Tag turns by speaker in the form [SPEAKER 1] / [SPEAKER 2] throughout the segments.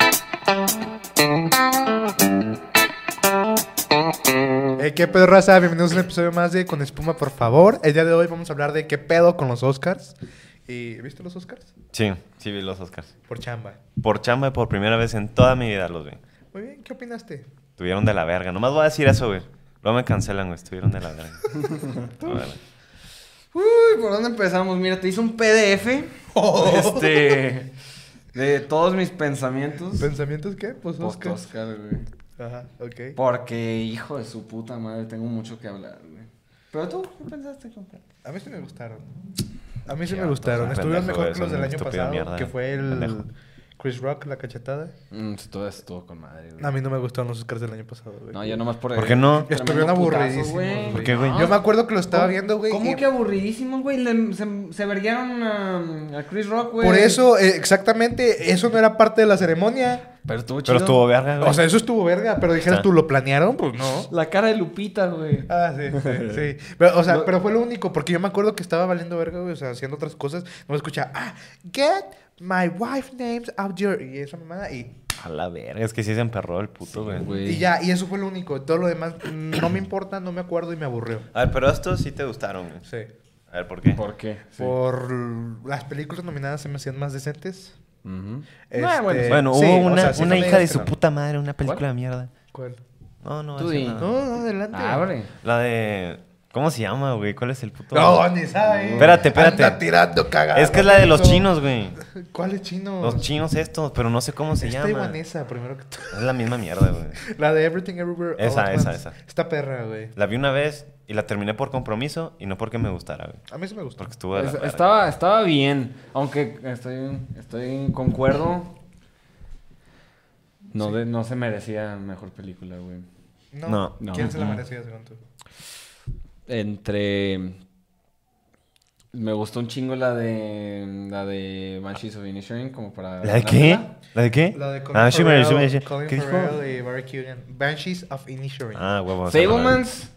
[SPEAKER 1] Hey, Eh, ¿Qué pedo, raza? Bienvenidos a un episodio más de Con Espuma, por favor. El día de hoy vamos a hablar de qué pedo con los Oscars. Y, ¿Viste los Oscars?
[SPEAKER 2] Sí, sí vi los Oscars.
[SPEAKER 1] Por chamba.
[SPEAKER 2] Por chamba y por primera vez en toda mi vida los vi.
[SPEAKER 1] Muy bien, ¿qué opinaste?
[SPEAKER 2] Tuvieron de la verga. Nomás voy a decir eso, güey. Luego me cancelan, güey. Estuvieron de la verga. A ver.
[SPEAKER 1] Pues
[SPEAKER 3] Uy, ¿por dónde empezamos? Mira, te hice un PDF.
[SPEAKER 1] Oh.
[SPEAKER 3] Este. De todos mis pensamientos.
[SPEAKER 1] ¿Pensamientos qué? Pues
[SPEAKER 3] Post
[SPEAKER 1] Oscars.
[SPEAKER 3] Oscar, güey.
[SPEAKER 1] Ajá, ok.
[SPEAKER 3] Porque, hijo de su puta madre, tengo mucho que hablar, güey. Pero tú, ¿qué pensaste, compadre?
[SPEAKER 1] A mí sí me gustaron. A mí sí
[SPEAKER 2] Qué
[SPEAKER 1] me gustaron.
[SPEAKER 2] vato,
[SPEAKER 1] Estuvieron
[SPEAKER 2] pendejo,
[SPEAKER 1] mejor
[SPEAKER 2] güey,
[SPEAKER 1] que los
[SPEAKER 2] son
[SPEAKER 1] del
[SPEAKER 2] un
[SPEAKER 1] año
[SPEAKER 2] estúpido
[SPEAKER 1] pasado,
[SPEAKER 2] mierda,
[SPEAKER 1] que fue el
[SPEAKER 2] pendejo.
[SPEAKER 1] Chris Rock, la cachetada.
[SPEAKER 3] Mm, todo estuvo con madre, güey.
[SPEAKER 1] A mí no me gustaron los Oscars del año pasado, güey.
[SPEAKER 3] No, yo nomás por
[SPEAKER 2] ¿Por qué no?
[SPEAKER 3] Tremendo
[SPEAKER 1] Estuvieron
[SPEAKER 3] putazo,
[SPEAKER 1] aburridísimos,
[SPEAKER 3] güey.
[SPEAKER 2] ¿Por qué, güey?
[SPEAKER 3] No.
[SPEAKER 1] Yo me acuerdo que lo estaba viendo, güey.
[SPEAKER 3] ¿Cómo
[SPEAKER 1] y-
[SPEAKER 3] que aburridísimos, güey? Le- se, se verguearon a, a Chris Rock, güey.
[SPEAKER 1] Por eso, eh, exactamente, eso no era parte de la ceremonia.
[SPEAKER 3] Pero estuvo chido.
[SPEAKER 2] Pero estuvo verga, güey.
[SPEAKER 1] O sea, eso estuvo verga, pero dijeras
[SPEAKER 2] Ah.
[SPEAKER 1] tú, ¿lo planearon? Pues no.
[SPEAKER 3] La cara de Lupita, güey.
[SPEAKER 1] Ah, sí, sí, sí. Pero, o sea,
[SPEAKER 3] No.
[SPEAKER 1] pero fue lo único, porque yo me acuerdo que estaba valiendo verga, güey, o sea, haciendo otras cosas. No me escuchaba, ah, get my wife names out your... Y esa mamada, y,
[SPEAKER 2] a la verga. Es que sí se emperró el puto, güey.
[SPEAKER 3] Güey.
[SPEAKER 1] y ya, y eso fue lo único. Todo lo demás mm, no me importa, no me acuerdo y me aburrió.
[SPEAKER 2] a ver, pero estos sí te gustaron, güey.
[SPEAKER 1] Sí.
[SPEAKER 2] A ver, ¿por qué?
[SPEAKER 3] ¿Por qué? Sí.
[SPEAKER 1] Por las películas nominadas se me hacían más decentes.
[SPEAKER 3] Ujú.
[SPEAKER 1] Este,
[SPEAKER 3] bueno,
[SPEAKER 2] Ah, Eh, Bueno, hubo
[SPEAKER 1] sí, o
[SPEAKER 2] una,
[SPEAKER 1] sea, sí
[SPEAKER 2] una
[SPEAKER 1] no me
[SPEAKER 2] hija de
[SPEAKER 1] digas
[SPEAKER 2] su
[SPEAKER 1] que no.
[SPEAKER 2] puta madre, una película de mierda.
[SPEAKER 1] ¿Cuál?
[SPEAKER 2] No, no,
[SPEAKER 3] Tú
[SPEAKER 2] esa
[SPEAKER 3] di.
[SPEAKER 2] no.
[SPEAKER 1] No, no, adelante.
[SPEAKER 3] Abre.
[SPEAKER 2] La de... ¿Cómo se llama, güey? ¿Cuál es el puto?
[SPEAKER 1] No, ni sabe.
[SPEAKER 2] Espérate, espérate.
[SPEAKER 1] Anda tirando cagada.
[SPEAKER 2] es que es la de los
[SPEAKER 1] Eso.
[SPEAKER 2] chinos, güey.
[SPEAKER 1] ¿Cuáles chinos?
[SPEAKER 2] Los chinos estos, pero no sé cómo se
[SPEAKER 1] Es
[SPEAKER 2] llama.
[SPEAKER 1] taiwanesa, primero que todo.
[SPEAKER 2] Es la misma mierda, güey.
[SPEAKER 1] La de Everything Everywhere. All
[SPEAKER 2] Esa,
[SPEAKER 1] at
[SPEAKER 2] esa,
[SPEAKER 1] Once.
[SPEAKER 2] esa.
[SPEAKER 1] Esta perra, güey.
[SPEAKER 2] La vi una vez y la terminé por compromiso y no porque me gustara, güey.
[SPEAKER 1] A mí sí me gustó.
[SPEAKER 2] Porque estuvo de la
[SPEAKER 3] Es-
[SPEAKER 2] verga.
[SPEAKER 3] estaba, estaba bien, aunque estoy, estoy concuerdo. No, de- no se merecía mejor película, güey.
[SPEAKER 2] No.
[SPEAKER 3] No.
[SPEAKER 1] ¿Quién se la
[SPEAKER 3] Ujú.
[SPEAKER 1] merecía, según tú?
[SPEAKER 3] Entre. Me gustó un chingo la de. La de Banshees of Inisherin, como para.
[SPEAKER 2] ¿La de qué? ¿La de qué?
[SPEAKER 1] La de Colin
[SPEAKER 2] ah, sí me-
[SPEAKER 1] Farrell,
[SPEAKER 2] sí me- sí.
[SPEAKER 1] Colin
[SPEAKER 2] ¿Qué dijo?
[SPEAKER 1] Farrell y Barry Keoghan. Banshees of Inisherin.
[SPEAKER 2] Ah, huevo. o sea, no la vi.
[SPEAKER 3] Fablemans,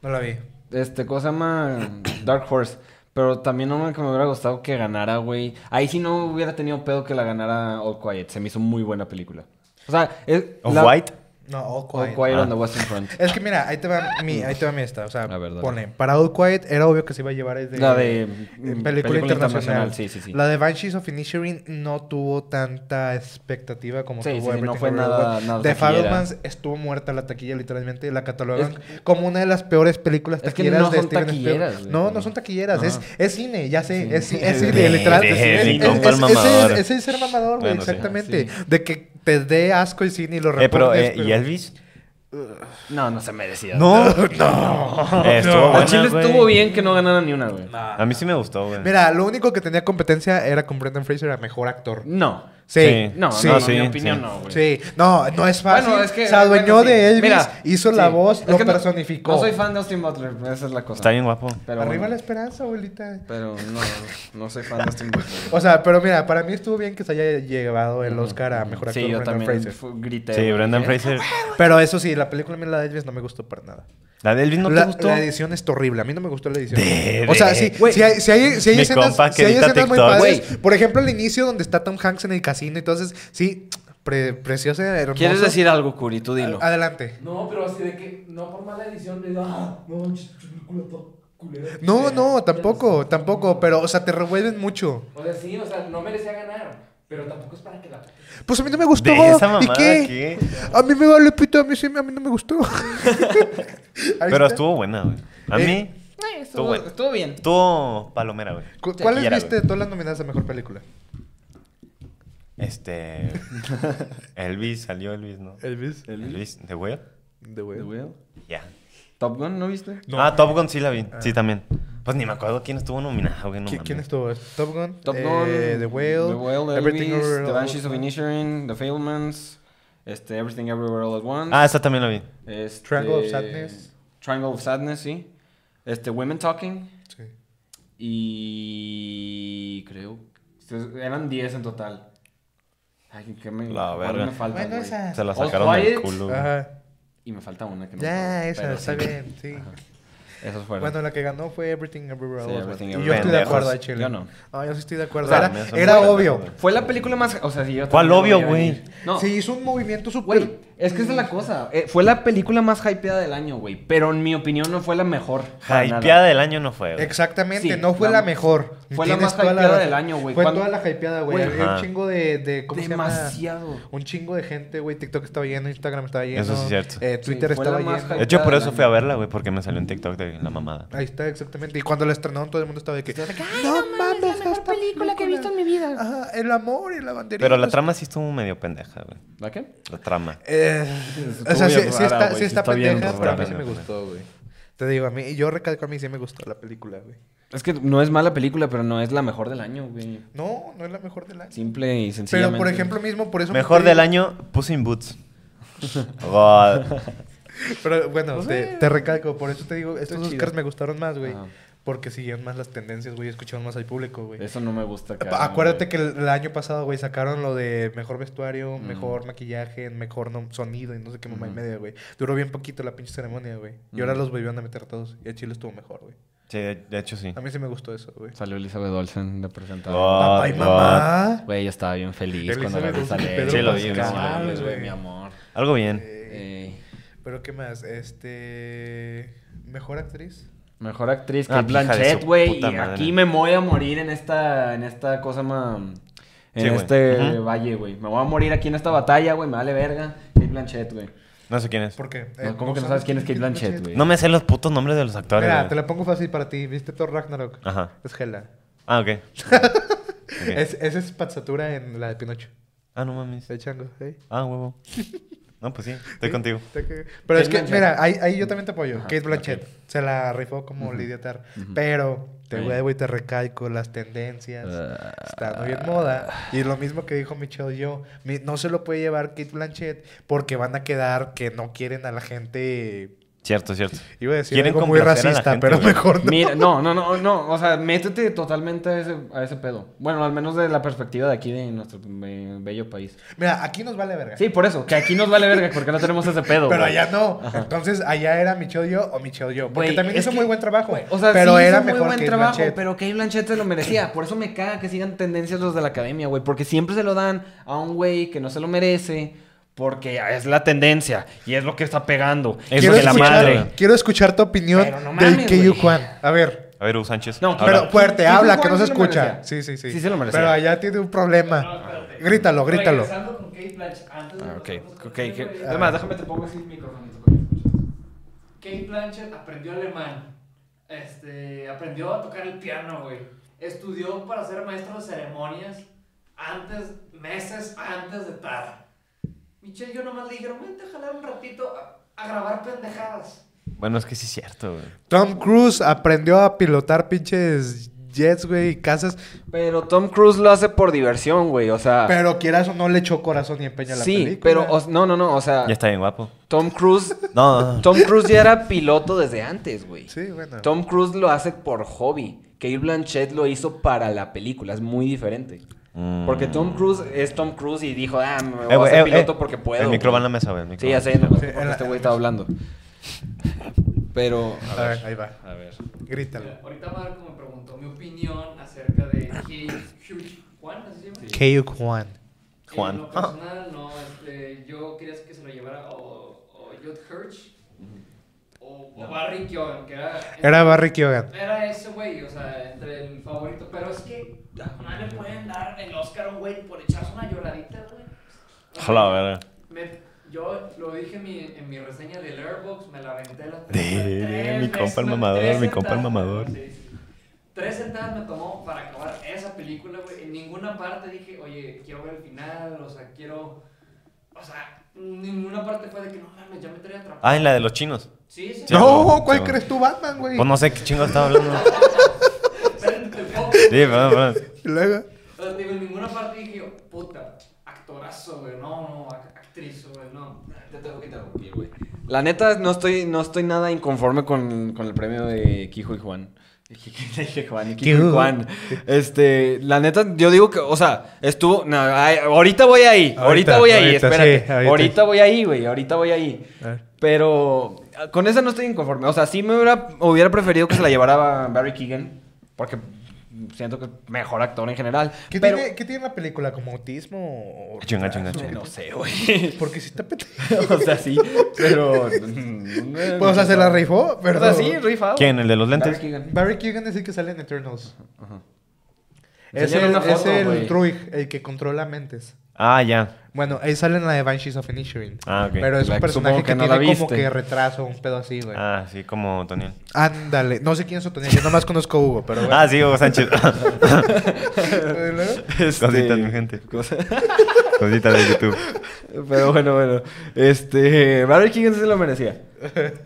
[SPEAKER 1] No la vi.
[SPEAKER 3] este, ¿cómo se llama? Dark Horse. Pero también una que me hubiera gustado que ganara, güey. Ahí sí no hubiera tenido pedo que la ganara All Quiet. Se me hizo muy buena película. O sea, es.
[SPEAKER 2] ¿Of
[SPEAKER 3] la-
[SPEAKER 2] Oh, White? Eh,
[SPEAKER 1] No, All Quiet.
[SPEAKER 3] All Quiet
[SPEAKER 2] Ah.
[SPEAKER 3] on the Western Front.
[SPEAKER 1] Es que mira, ahí te va mi, ahí te va mi esta. O sea,
[SPEAKER 3] A ver, dale.
[SPEAKER 1] pone, para All Quiet era obvio que se iba a llevar el de,
[SPEAKER 3] La de,
[SPEAKER 1] eh,
[SPEAKER 3] mm,
[SPEAKER 1] película,
[SPEAKER 3] película
[SPEAKER 1] internacional.
[SPEAKER 3] internacional, sí, sí, sí.
[SPEAKER 1] La de Banshees of Inisherin no tuvo tanta expectativa como
[SPEAKER 3] Sí,
[SPEAKER 1] tuvo
[SPEAKER 3] sí, sí, no
[SPEAKER 1] Everything
[SPEAKER 3] fue
[SPEAKER 1] Everywhere
[SPEAKER 3] nada-
[SPEAKER 1] All At
[SPEAKER 3] nada
[SPEAKER 1] The
[SPEAKER 3] taquillera.
[SPEAKER 1] Fablemans estuvo muerta la taquilla literalmente, la catalogan como una de las peores películas
[SPEAKER 3] Es que
[SPEAKER 1] taquilleras
[SPEAKER 3] no
[SPEAKER 1] de
[SPEAKER 3] son
[SPEAKER 1] Steven
[SPEAKER 3] taquilleras,
[SPEAKER 1] Spielberg.
[SPEAKER 3] güey.
[SPEAKER 1] No, no son taquilleras, es,
[SPEAKER 3] Ajá.
[SPEAKER 1] es cine, ya sé,
[SPEAKER 3] Sí.
[SPEAKER 1] es, ci- es
[SPEAKER 3] Sí,
[SPEAKER 1] cine,
[SPEAKER 3] sí,
[SPEAKER 1] literal.
[SPEAKER 2] sí,
[SPEAKER 1] es-
[SPEAKER 2] sí,
[SPEAKER 1] es-
[SPEAKER 2] compa, el
[SPEAKER 1] es- ese
[SPEAKER 2] mamador.
[SPEAKER 1] es- ese es ser mamador, güey,
[SPEAKER 2] Bueno, sí.
[SPEAKER 1] exactamente,
[SPEAKER 3] Sí.
[SPEAKER 1] de que te dé asco el cine y lo
[SPEAKER 2] Eh, pero,
[SPEAKER 1] repudies,
[SPEAKER 2] eh, ¿y Elvis?
[SPEAKER 3] No, no se merecía.
[SPEAKER 2] No.
[SPEAKER 1] No. Ah,
[SPEAKER 2] Eh, estuvo
[SPEAKER 1] No.
[SPEAKER 3] A
[SPEAKER 2] buena,
[SPEAKER 3] Chile
[SPEAKER 2] güey.
[SPEAKER 3] estuvo bien que no ganara ni una, güey.
[SPEAKER 2] A mí sí me gustó, güey.
[SPEAKER 1] Mira, lo único que tenía competencia era con Brendan Fraser a mejor actor.
[SPEAKER 3] No.
[SPEAKER 1] Sí,
[SPEAKER 2] Sí.
[SPEAKER 3] No,
[SPEAKER 1] sí,
[SPEAKER 3] no, no,
[SPEAKER 2] sí,
[SPEAKER 3] en mi opinión
[SPEAKER 2] sí.
[SPEAKER 3] no, güey.
[SPEAKER 1] sí. No, no es fácil.
[SPEAKER 3] Bueno, es que.
[SPEAKER 1] Se adueñó
[SPEAKER 3] bueno, sí.
[SPEAKER 1] de Elvis,
[SPEAKER 3] Mira,
[SPEAKER 1] hizo
[SPEAKER 3] sí.
[SPEAKER 1] la voz,
[SPEAKER 3] Es
[SPEAKER 1] lo
[SPEAKER 3] que no-
[SPEAKER 1] personificó.
[SPEAKER 3] No, soy fan de Austin Butler, esa es la cosa.
[SPEAKER 2] Está bien guapo.
[SPEAKER 3] Pero
[SPEAKER 1] Arriba
[SPEAKER 3] bueno,
[SPEAKER 1] la esperanza, abuelita.
[SPEAKER 3] Pero no, no soy fan de Austin Butler.
[SPEAKER 1] O sea, pero mira, para mí estuvo bien que se haya llevado el Oscar a mejor actor
[SPEAKER 3] Sí, yo
[SPEAKER 1] Brendan
[SPEAKER 3] también
[SPEAKER 1] Fraser.
[SPEAKER 3] fu- grité.
[SPEAKER 2] Sí,
[SPEAKER 3] güey,
[SPEAKER 2] Brendan
[SPEAKER 3] ¿eh?
[SPEAKER 2] Fraser.
[SPEAKER 1] Pero eso sí, la película a mí la de Elvis no me gustó para nada.
[SPEAKER 2] ¿La de Elvis no
[SPEAKER 1] la,
[SPEAKER 2] te gustó?
[SPEAKER 1] la edición es horrible. A mí no me gustó la edición.
[SPEAKER 2] De-
[SPEAKER 1] o sea,
[SPEAKER 2] de-
[SPEAKER 1] sí, si hay, si hay, si hay
[SPEAKER 2] Mi
[SPEAKER 1] escenas,
[SPEAKER 2] compa que
[SPEAKER 1] sí hay
[SPEAKER 2] edita
[SPEAKER 1] escenas muy
[SPEAKER 2] TikTok.
[SPEAKER 1] padres.
[SPEAKER 3] Güey.
[SPEAKER 1] Por ejemplo, el inicio donde está Tom Hanks en el casino. Entonces, sí, pre- preciosa, hermoso.
[SPEAKER 3] ¿Quieres decir algo, Curi? Tú dilo.
[SPEAKER 1] Ad- Adelante.
[SPEAKER 4] No, pero así de que no por mala edición le da. "Ah, No, manches, el culo todo culero".
[SPEAKER 1] No, no,
[SPEAKER 4] Ya
[SPEAKER 1] tampoco,
[SPEAKER 4] sé.
[SPEAKER 1] tampoco. Pero, o sea, te revuelven mucho.
[SPEAKER 4] O sea, sí, o sea, no merecía ganar. Pero tampoco es para que la.
[SPEAKER 1] Pues a mí no me gustó.
[SPEAKER 2] De esa mamada
[SPEAKER 1] ¿Y qué?
[SPEAKER 2] qué?
[SPEAKER 1] A mí me vale pito, a mí sí, a mí no me gustó. Ahí
[SPEAKER 2] Pero
[SPEAKER 1] está.
[SPEAKER 2] estuvo buena, güey. A
[SPEAKER 1] Eh,
[SPEAKER 2] mí estuvo
[SPEAKER 3] Estuvo,
[SPEAKER 2] bueno.
[SPEAKER 3] estuvo bien.
[SPEAKER 2] estuvo palomera, güey.
[SPEAKER 1] ¿Cu- ¿Cuáles
[SPEAKER 2] Taquillera,
[SPEAKER 1] viste de
[SPEAKER 2] güey.
[SPEAKER 1] todas las nominadas a mejor película?
[SPEAKER 2] Este... Elvis, salió Elvis, ¿no?
[SPEAKER 1] Elvis.
[SPEAKER 2] Elvis, ¿de güey?
[SPEAKER 1] The
[SPEAKER 3] The
[SPEAKER 1] Whale.
[SPEAKER 3] Whale.
[SPEAKER 2] Ya.
[SPEAKER 3] Top Gun, ¿no viste?
[SPEAKER 1] No.
[SPEAKER 2] Ah, Top Gun sí la vi. Sí, también. Pues ni me acuerdo quién estuvo nominado, güey. No
[SPEAKER 1] ¿Qui-
[SPEAKER 2] mames.
[SPEAKER 1] ¿Quién estuvo? Top Gun.
[SPEAKER 3] Top
[SPEAKER 1] eh,
[SPEAKER 3] Gun,
[SPEAKER 1] The Whale.
[SPEAKER 3] The Whale,
[SPEAKER 1] Everything
[SPEAKER 3] Elvis,
[SPEAKER 1] Everywhere
[SPEAKER 3] The
[SPEAKER 1] All
[SPEAKER 3] Banshees
[SPEAKER 1] at
[SPEAKER 3] of
[SPEAKER 1] Once.
[SPEAKER 3] Inisherin, The Fablemans, este, Everything Everywhere All at Once.
[SPEAKER 2] Ah, esa también la vi.
[SPEAKER 3] este,
[SPEAKER 1] Triangle of Sadness.
[SPEAKER 3] Triangle of Sadness, sí. Este, Women Talking
[SPEAKER 1] Sí.
[SPEAKER 3] y creo que eran 10 en total. Ay, que me,
[SPEAKER 2] La
[SPEAKER 3] ¿cuál
[SPEAKER 2] verga.
[SPEAKER 3] me falta,
[SPEAKER 1] Bueno,
[SPEAKER 3] güey?
[SPEAKER 1] esa-
[SPEAKER 2] Se la
[SPEAKER 3] All
[SPEAKER 2] sacaron del
[SPEAKER 3] Quiet.
[SPEAKER 2] culo. güey.
[SPEAKER 1] Ajá.
[SPEAKER 3] Y me falta una que no.
[SPEAKER 1] Ya,
[SPEAKER 3] me acuerdo,
[SPEAKER 1] esa,
[SPEAKER 3] pero
[SPEAKER 1] está
[SPEAKER 3] sí.
[SPEAKER 1] bien, sí.
[SPEAKER 3] Esos fueron.
[SPEAKER 1] Bueno, la que ganó fue Everything Everywhere All
[SPEAKER 3] Sí,
[SPEAKER 1] at Once.
[SPEAKER 3] Everything
[SPEAKER 1] Y yo
[SPEAKER 3] Everywhere.
[SPEAKER 1] estoy de acuerdo,
[SPEAKER 2] Pendejos.
[SPEAKER 1] al Chile.
[SPEAKER 3] Yo no.
[SPEAKER 1] Ah, yo sí estoy de acuerdo.
[SPEAKER 2] O sea,
[SPEAKER 1] Era,
[SPEAKER 2] me hacen
[SPEAKER 1] era
[SPEAKER 2] muy
[SPEAKER 1] obvio.
[SPEAKER 2] pendejos.
[SPEAKER 3] Fue la película más. O sea, sí, yo.
[SPEAKER 2] ¿Cuál
[SPEAKER 3] también
[SPEAKER 2] obvio,
[SPEAKER 3] la vi
[SPEAKER 2] güey?
[SPEAKER 3] venir. No.
[SPEAKER 1] Se hizo un movimiento súper.
[SPEAKER 3] Güey, es que esa es la cosa. Eh, fue la película más hypeada del año, güey. Pero en mi opinión no fue la mejor. para nada.
[SPEAKER 2] Hypeada del año no fue, güey.
[SPEAKER 1] Exactamente,
[SPEAKER 3] Sí,
[SPEAKER 1] no fue
[SPEAKER 3] la-
[SPEAKER 1] la, mejor.
[SPEAKER 3] fue la
[SPEAKER 1] Tienes
[SPEAKER 3] más
[SPEAKER 1] toda la
[SPEAKER 3] hypeada
[SPEAKER 1] razón.
[SPEAKER 3] del año, güey.
[SPEAKER 1] Fue
[SPEAKER 3] Cuando-
[SPEAKER 1] toda la hypeada, güey.
[SPEAKER 3] Güey.
[SPEAKER 1] Había
[SPEAKER 2] Ajá.
[SPEAKER 1] un chingo de. de ¿Cómo se llama?
[SPEAKER 3] Demasiado.
[SPEAKER 1] Un chingo de gente, güey. TikTok estaba lleno, Instagram estaba lleno.
[SPEAKER 2] Eso sí es cierto.
[SPEAKER 1] eh, Twitter
[SPEAKER 3] Sí, fue
[SPEAKER 1] estaba
[SPEAKER 3] la más
[SPEAKER 1] lleno.
[SPEAKER 2] De hecho, por eso
[SPEAKER 3] Hypeada del
[SPEAKER 2] fui a
[SPEAKER 3] año.
[SPEAKER 2] verla, güey, porque me salió en TikTok de la mamada.
[SPEAKER 1] Ahí está, exactamente. Y cuando la estrenaron, todo el mundo estaba de que.
[SPEAKER 5] no mames, es la mejor
[SPEAKER 1] esta
[SPEAKER 5] película que he visto en mi vida".
[SPEAKER 1] Ajá, el amor y la banderita.
[SPEAKER 2] Pero la trama sí estuvo medio pendeja, güey.
[SPEAKER 3] ¿La qué?
[SPEAKER 2] La trama.
[SPEAKER 1] Eh,
[SPEAKER 3] Estuvo
[SPEAKER 1] o sea, sí,
[SPEAKER 3] bien
[SPEAKER 1] sí
[SPEAKER 3] rara,
[SPEAKER 1] está,
[SPEAKER 3] güey,
[SPEAKER 1] sí
[SPEAKER 3] sí
[SPEAKER 1] está
[SPEAKER 3] está bien
[SPEAKER 1] pendeja, pero a mí
[SPEAKER 2] rara.
[SPEAKER 1] sí me gustó, güey. Te digo, a mí, yo recalco a mí sí me gustó la película, güey.
[SPEAKER 3] Es que no es mala película, pero no es la mejor del año, güey.
[SPEAKER 1] No, no es la mejor del año.
[SPEAKER 3] Simple y
[SPEAKER 1] pero,
[SPEAKER 3] sencillamente.
[SPEAKER 1] por ejemplo, mismo, por eso...
[SPEAKER 2] Mejor
[SPEAKER 1] te
[SPEAKER 2] del
[SPEAKER 1] digo-
[SPEAKER 2] año, Puss in Boots. God.
[SPEAKER 1] Pero bueno, te, te recalco, por eso te digo, estos
[SPEAKER 3] Pues chido.
[SPEAKER 1] Oscars me gustaron más, güey.
[SPEAKER 3] Ajá.
[SPEAKER 1] Porque siguieron más las tendencias, güey, escucharon más al público, güey.
[SPEAKER 3] Eso no me gusta.
[SPEAKER 1] Pa- Acuérdate que el, el año pasado, güey, sacaron lo de mejor vestuario,
[SPEAKER 3] Mm.
[SPEAKER 1] mejor maquillaje, mejor no- sonido y no sé qué mamá y media, güey. Duró bien poquito la pinche ceremonia, güey. Y
[SPEAKER 3] Mm.
[SPEAKER 1] ahora los volvieron a meter todos. Y el Chile estuvo mejor, güey.
[SPEAKER 2] Sí, de, de hecho sí.
[SPEAKER 1] A mí sí me gustó eso, güey.
[SPEAKER 3] Salió Elizabeth Olsen de presentadora.
[SPEAKER 2] God,
[SPEAKER 1] Papá y
[SPEAKER 2] God.
[SPEAKER 1] mamá.
[SPEAKER 3] Güey, yo estaba bien feliz cuando la vi
[SPEAKER 1] Ah. Elizabeth Olsen,
[SPEAKER 3] salir.
[SPEAKER 1] Pedro
[SPEAKER 2] Sí, lo vi,
[SPEAKER 3] No
[SPEAKER 2] sí, lo vi,
[SPEAKER 3] mames,
[SPEAKER 1] güey.
[SPEAKER 3] güey, mi amor.
[SPEAKER 2] Algo bien.
[SPEAKER 1] Eh,
[SPEAKER 3] Ey.
[SPEAKER 1] Pero qué más, este... Mejor actriz.
[SPEAKER 3] Mejor actriz,
[SPEAKER 2] Ah,
[SPEAKER 3] Kate
[SPEAKER 2] hija de su
[SPEAKER 3] Blanchett, güey. Y
[SPEAKER 2] puta madre.
[SPEAKER 3] aquí me voy a morir en esta, en esta cosa, ma- En
[SPEAKER 2] Sí, güey.
[SPEAKER 3] este
[SPEAKER 2] Ujú.
[SPEAKER 3] valle, güey. Me voy a morir aquí en esta batalla, güey. Me vale verga. Kate Blanchett, güey.
[SPEAKER 2] No sé quién es.
[SPEAKER 1] ¿Por qué? Eh,
[SPEAKER 3] No, ¿Cómo que no sabes quién es Kate Blanchett, güey?
[SPEAKER 2] No me sé los putos nombres de los actores.
[SPEAKER 1] Mira,
[SPEAKER 2] güey.
[SPEAKER 1] te la pongo fácil para ti. ¿Viste Thor Ragnarok?
[SPEAKER 2] Ajá.
[SPEAKER 1] Es Hela.
[SPEAKER 2] Ah, ok. Ok.
[SPEAKER 1] Es, esa es Patsatura en la de Pinocho.
[SPEAKER 2] Ah, no mames.
[SPEAKER 1] De Chango, ¿eh?
[SPEAKER 2] Ah, huevo. No, pues sí, estoy
[SPEAKER 1] Sí,
[SPEAKER 2] contigo.
[SPEAKER 1] está que- Pero es que,
[SPEAKER 3] Blanchett.
[SPEAKER 1] mira, ahí, ahí yo también te apoyo.
[SPEAKER 3] Ajá,
[SPEAKER 1] Kate Blanchett se la rifó como Lidia Tar. Pero te
[SPEAKER 3] Ahí.
[SPEAKER 1] huevo y te recalco las tendencias.
[SPEAKER 3] Ah.
[SPEAKER 1] Están muy en moda. Y lo mismo que dijo Michelle yo. mi- no se lo puede llevar Kate Blanchett porque van a quedar que no quieren a la gente.
[SPEAKER 2] Cierto, cierto.
[SPEAKER 1] Iba a decir
[SPEAKER 2] Quieren
[SPEAKER 1] algo muy
[SPEAKER 2] complacer a la
[SPEAKER 1] racista,
[SPEAKER 2] gente,
[SPEAKER 1] pero
[SPEAKER 2] güey.
[SPEAKER 1] mejor no.
[SPEAKER 3] Mira, no, no, no, no. O sea, métete totalmente a ese, a ese pedo. Bueno, al menos de la perspectiva de aquí, de nuestro be- bello país.
[SPEAKER 1] Mira, aquí nos vale verga.
[SPEAKER 3] Sí, por eso. Que aquí nos vale verga porque no tenemos ese pedo,
[SPEAKER 1] Pero
[SPEAKER 3] güey.
[SPEAKER 1] allá no. Entonces, allá era Michelle yo o Michelle yo. Porque
[SPEAKER 3] Güey,
[SPEAKER 1] también
[SPEAKER 3] es
[SPEAKER 1] hizo
[SPEAKER 3] que-
[SPEAKER 1] muy buen trabajo.
[SPEAKER 3] güey, O sea,
[SPEAKER 1] pero
[SPEAKER 3] sí hizo
[SPEAKER 1] era
[SPEAKER 3] muy
[SPEAKER 1] mejor
[SPEAKER 3] buen
[SPEAKER 1] Kate
[SPEAKER 3] trabajo,
[SPEAKER 1] Blanchett.
[SPEAKER 3] pero Kate Blanchett se lo merecía. Por eso me caga que sigan tendencias los de la academia, güey. Porque siempre se lo dan a un güey que no se lo merece. Porque es la tendencia y es lo que está pegando.
[SPEAKER 2] Es
[SPEAKER 3] y
[SPEAKER 1] Quiero
[SPEAKER 2] lo que la
[SPEAKER 1] escuchar,
[SPEAKER 2] madre.
[SPEAKER 1] quiero escuchar tu opinión
[SPEAKER 3] Pero no
[SPEAKER 1] del
[SPEAKER 3] mames,
[SPEAKER 1] KU
[SPEAKER 3] güey.
[SPEAKER 1] Juan. A ver,
[SPEAKER 2] A ver, U Sánchez.
[SPEAKER 3] No,
[SPEAKER 2] habla.
[SPEAKER 1] pero fuerte,
[SPEAKER 3] Sí, sí,
[SPEAKER 1] habla,
[SPEAKER 3] Juan
[SPEAKER 1] que no
[SPEAKER 3] sí
[SPEAKER 1] se
[SPEAKER 3] lo
[SPEAKER 1] escucha.
[SPEAKER 3] merecía.
[SPEAKER 1] Sí, sí, sí.
[SPEAKER 3] Sí se lo merecía.
[SPEAKER 1] Pero allá tiene un problema. Grítalo, grítalo.
[SPEAKER 4] Regresando con Kate Blanchett, antes de
[SPEAKER 3] Ah, ok,
[SPEAKER 4] nosotros-
[SPEAKER 3] ok. que-
[SPEAKER 2] Ah.
[SPEAKER 3] Es más, déjame te pongo así el micrófono.
[SPEAKER 4] Kate Blanchett aprendió alemán. Este, aprendió a tocar el piano, güey. Estudió para ser maestro de ceremonias antes, meses antes de tar. Michelle, yo nomás le dijeron, vente a jalar un ratito a, a grabar pendejadas.
[SPEAKER 2] Bueno, es que sí es cierto, güey.
[SPEAKER 1] Tom Cruise aprendió a pilotar pinches jets, güey, y casas.
[SPEAKER 3] Pero Tom Cruise lo hace por diversión, güey. O sea,
[SPEAKER 1] Pero quieras o no, le echó corazón y empeña la película.
[SPEAKER 3] Ah. sí, pero o- no, no, no. O sea,
[SPEAKER 2] Ya está bien guapo.
[SPEAKER 3] Tom Cruise,
[SPEAKER 2] No, no,
[SPEAKER 3] Tom Cruise ya era piloto desde antes, güey.
[SPEAKER 1] Sí, bueno.
[SPEAKER 3] Tom Cruise lo hace por hobby. Kate Blanchett lo hizo para la película. Es muy diferente.
[SPEAKER 2] no. Mm.
[SPEAKER 3] Porque Tom Cruise es Tom Cruise y dijo, ah, me voy
[SPEAKER 2] Eh,
[SPEAKER 3] a
[SPEAKER 2] güey,
[SPEAKER 3] hacer
[SPEAKER 2] eh,
[SPEAKER 3] piloto
[SPEAKER 2] eh,
[SPEAKER 3] porque puedo.
[SPEAKER 2] El micro va en la
[SPEAKER 3] güey.
[SPEAKER 2] mesa, güey. el micro.
[SPEAKER 3] Sí, ya sé, no, porque
[SPEAKER 1] en la-
[SPEAKER 3] este güey estaba hablando. Pero,
[SPEAKER 1] A ver, ahí va.
[SPEAKER 3] a ver.
[SPEAKER 4] Mira,
[SPEAKER 1] Grítalo.
[SPEAKER 4] ahorita Marco me preguntó mi opinión acerca de Hugh, Hugh Juan, ¿así se llama? Eh,
[SPEAKER 1] KU Juan.
[SPEAKER 2] Juan.
[SPEAKER 4] En lo personal, no, este, yo quería que se lo llevara o, o Judd Hirsch o, o Barry Keoghan, que era...
[SPEAKER 1] Era Barry Keoghan.
[SPEAKER 4] Era ese güey, o sea, entre el favorito, pero es que no le pueden dar el Oscar a un güey por echarse una lloradita, güey. O sea,
[SPEAKER 2] A la verga.
[SPEAKER 4] me- yo lo dije en mi, en mi reseña del Airbox, me la aventé la
[SPEAKER 2] De- de- de- mi compa el mamador, mi compa el mamador.
[SPEAKER 4] Tres sentadas me tomó para acabar esa película, güey. En ninguna parte dije, oye, quiero ver el final, o sea, quiero. O sea, ninguna parte fue de que no mames, ya me traía atrapado.
[SPEAKER 2] Ah, en la de los chinos.
[SPEAKER 4] Sí, sí.
[SPEAKER 2] Sí,
[SPEAKER 1] No,
[SPEAKER 2] güey,
[SPEAKER 1] ¿cuál
[SPEAKER 2] sí, güey.
[SPEAKER 1] crees tú, Batman, güey?
[SPEAKER 2] Pues no sé qué chingo estaba hablando. Sí,
[SPEAKER 4] Espérate, te pongo.
[SPEAKER 2] perdón, perdón.
[SPEAKER 1] Y luego-
[SPEAKER 4] O sea, digo, en ninguna parte dije, puta, actorazo, güey, no, no, ac- actriz, güey, no. Te tengo que interrumpir, güey.
[SPEAKER 3] La neta, no estoy, no estoy nada inconforme con, con el premio de Kijo y Juan. Dije Juan, Kijo y
[SPEAKER 1] Kijo.
[SPEAKER 3] Juan. Este, la neta, yo digo que, o sea, estuvo. no, ay, ahorita voy ahí, ahorita,
[SPEAKER 1] Ahorita,
[SPEAKER 3] voy ahí,
[SPEAKER 1] ahorita,
[SPEAKER 3] espérate.
[SPEAKER 1] sí,
[SPEAKER 3] ahorita.
[SPEAKER 1] ahorita.
[SPEAKER 3] voy ahí, güey, ahorita voy ahí.
[SPEAKER 1] A ver.
[SPEAKER 3] Pero con esa no estoy inconforme. O sea, sí me hubiera, hubiera preferido que se la llevara Barry Keegan. Porque siento que es mejor actor en general.
[SPEAKER 1] ¿Qué,
[SPEAKER 3] pero...
[SPEAKER 1] tiene, ¿Qué tiene la película? ¿Como autismo? O...
[SPEAKER 2] Chinga, chinga,
[SPEAKER 3] Eh,
[SPEAKER 2] chinga.
[SPEAKER 3] No sé, güey.
[SPEAKER 1] Porque si te apete-
[SPEAKER 3] o sea, sí, pero... Pues,
[SPEAKER 1] Pues, o sea, se la rifó,
[SPEAKER 3] O
[SPEAKER 1] ¿verdad?
[SPEAKER 3] sea, sí, rifado.
[SPEAKER 2] ¿Quién? ¿El de los
[SPEAKER 3] Barry
[SPEAKER 2] lentes?
[SPEAKER 3] Keoghan.
[SPEAKER 1] Barry Keegan es el que sale en Eternals. Es
[SPEAKER 3] Enseñan
[SPEAKER 1] el,
[SPEAKER 3] una
[SPEAKER 1] es
[SPEAKER 3] foto,
[SPEAKER 1] el
[SPEAKER 3] güey.
[SPEAKER 1] Druid, el que controla mentes.
[SPEAKER 2] Ah, ya.
[SPEAKER 1] Bueno, ahí sale en la de Banshees of Inisherin.
[SPEAKER 2] Ah, ok.
[SPEAKER 1] Pero es un
[SPEAKER 3] La-
[SPEAKER 1] personaje
[SPEAKER 3] supongo
[SPEAKER 1] que,
[SPEAKER 3] que no la
[SPEAKER 1] tiene como
[SPEAKER 3] viste.
[SPEAKER 1] que retraso, un pedo así, güey.
[SPEAKER 2] Ah, sí, como Toniel.
[SPEAKER 1] Ándale. No sé quién es Otoniel, yo nomás conozco a Hugo, pero bueno.
[SPEAKER 2] Ah, sí, Hugo Sánchez.
[SPEAKER 1] ¿Y luego?
[SPEAKER 3] Este,
[SPEAKER 2] Cositas, mi gente.
[SPEAKER 3] cosa-
[SPEAKER 2] Cositas de YouTube.
[SPEAKER 3] Pero bueno, bueno. Este. Barry Keegan sí se lo merecía.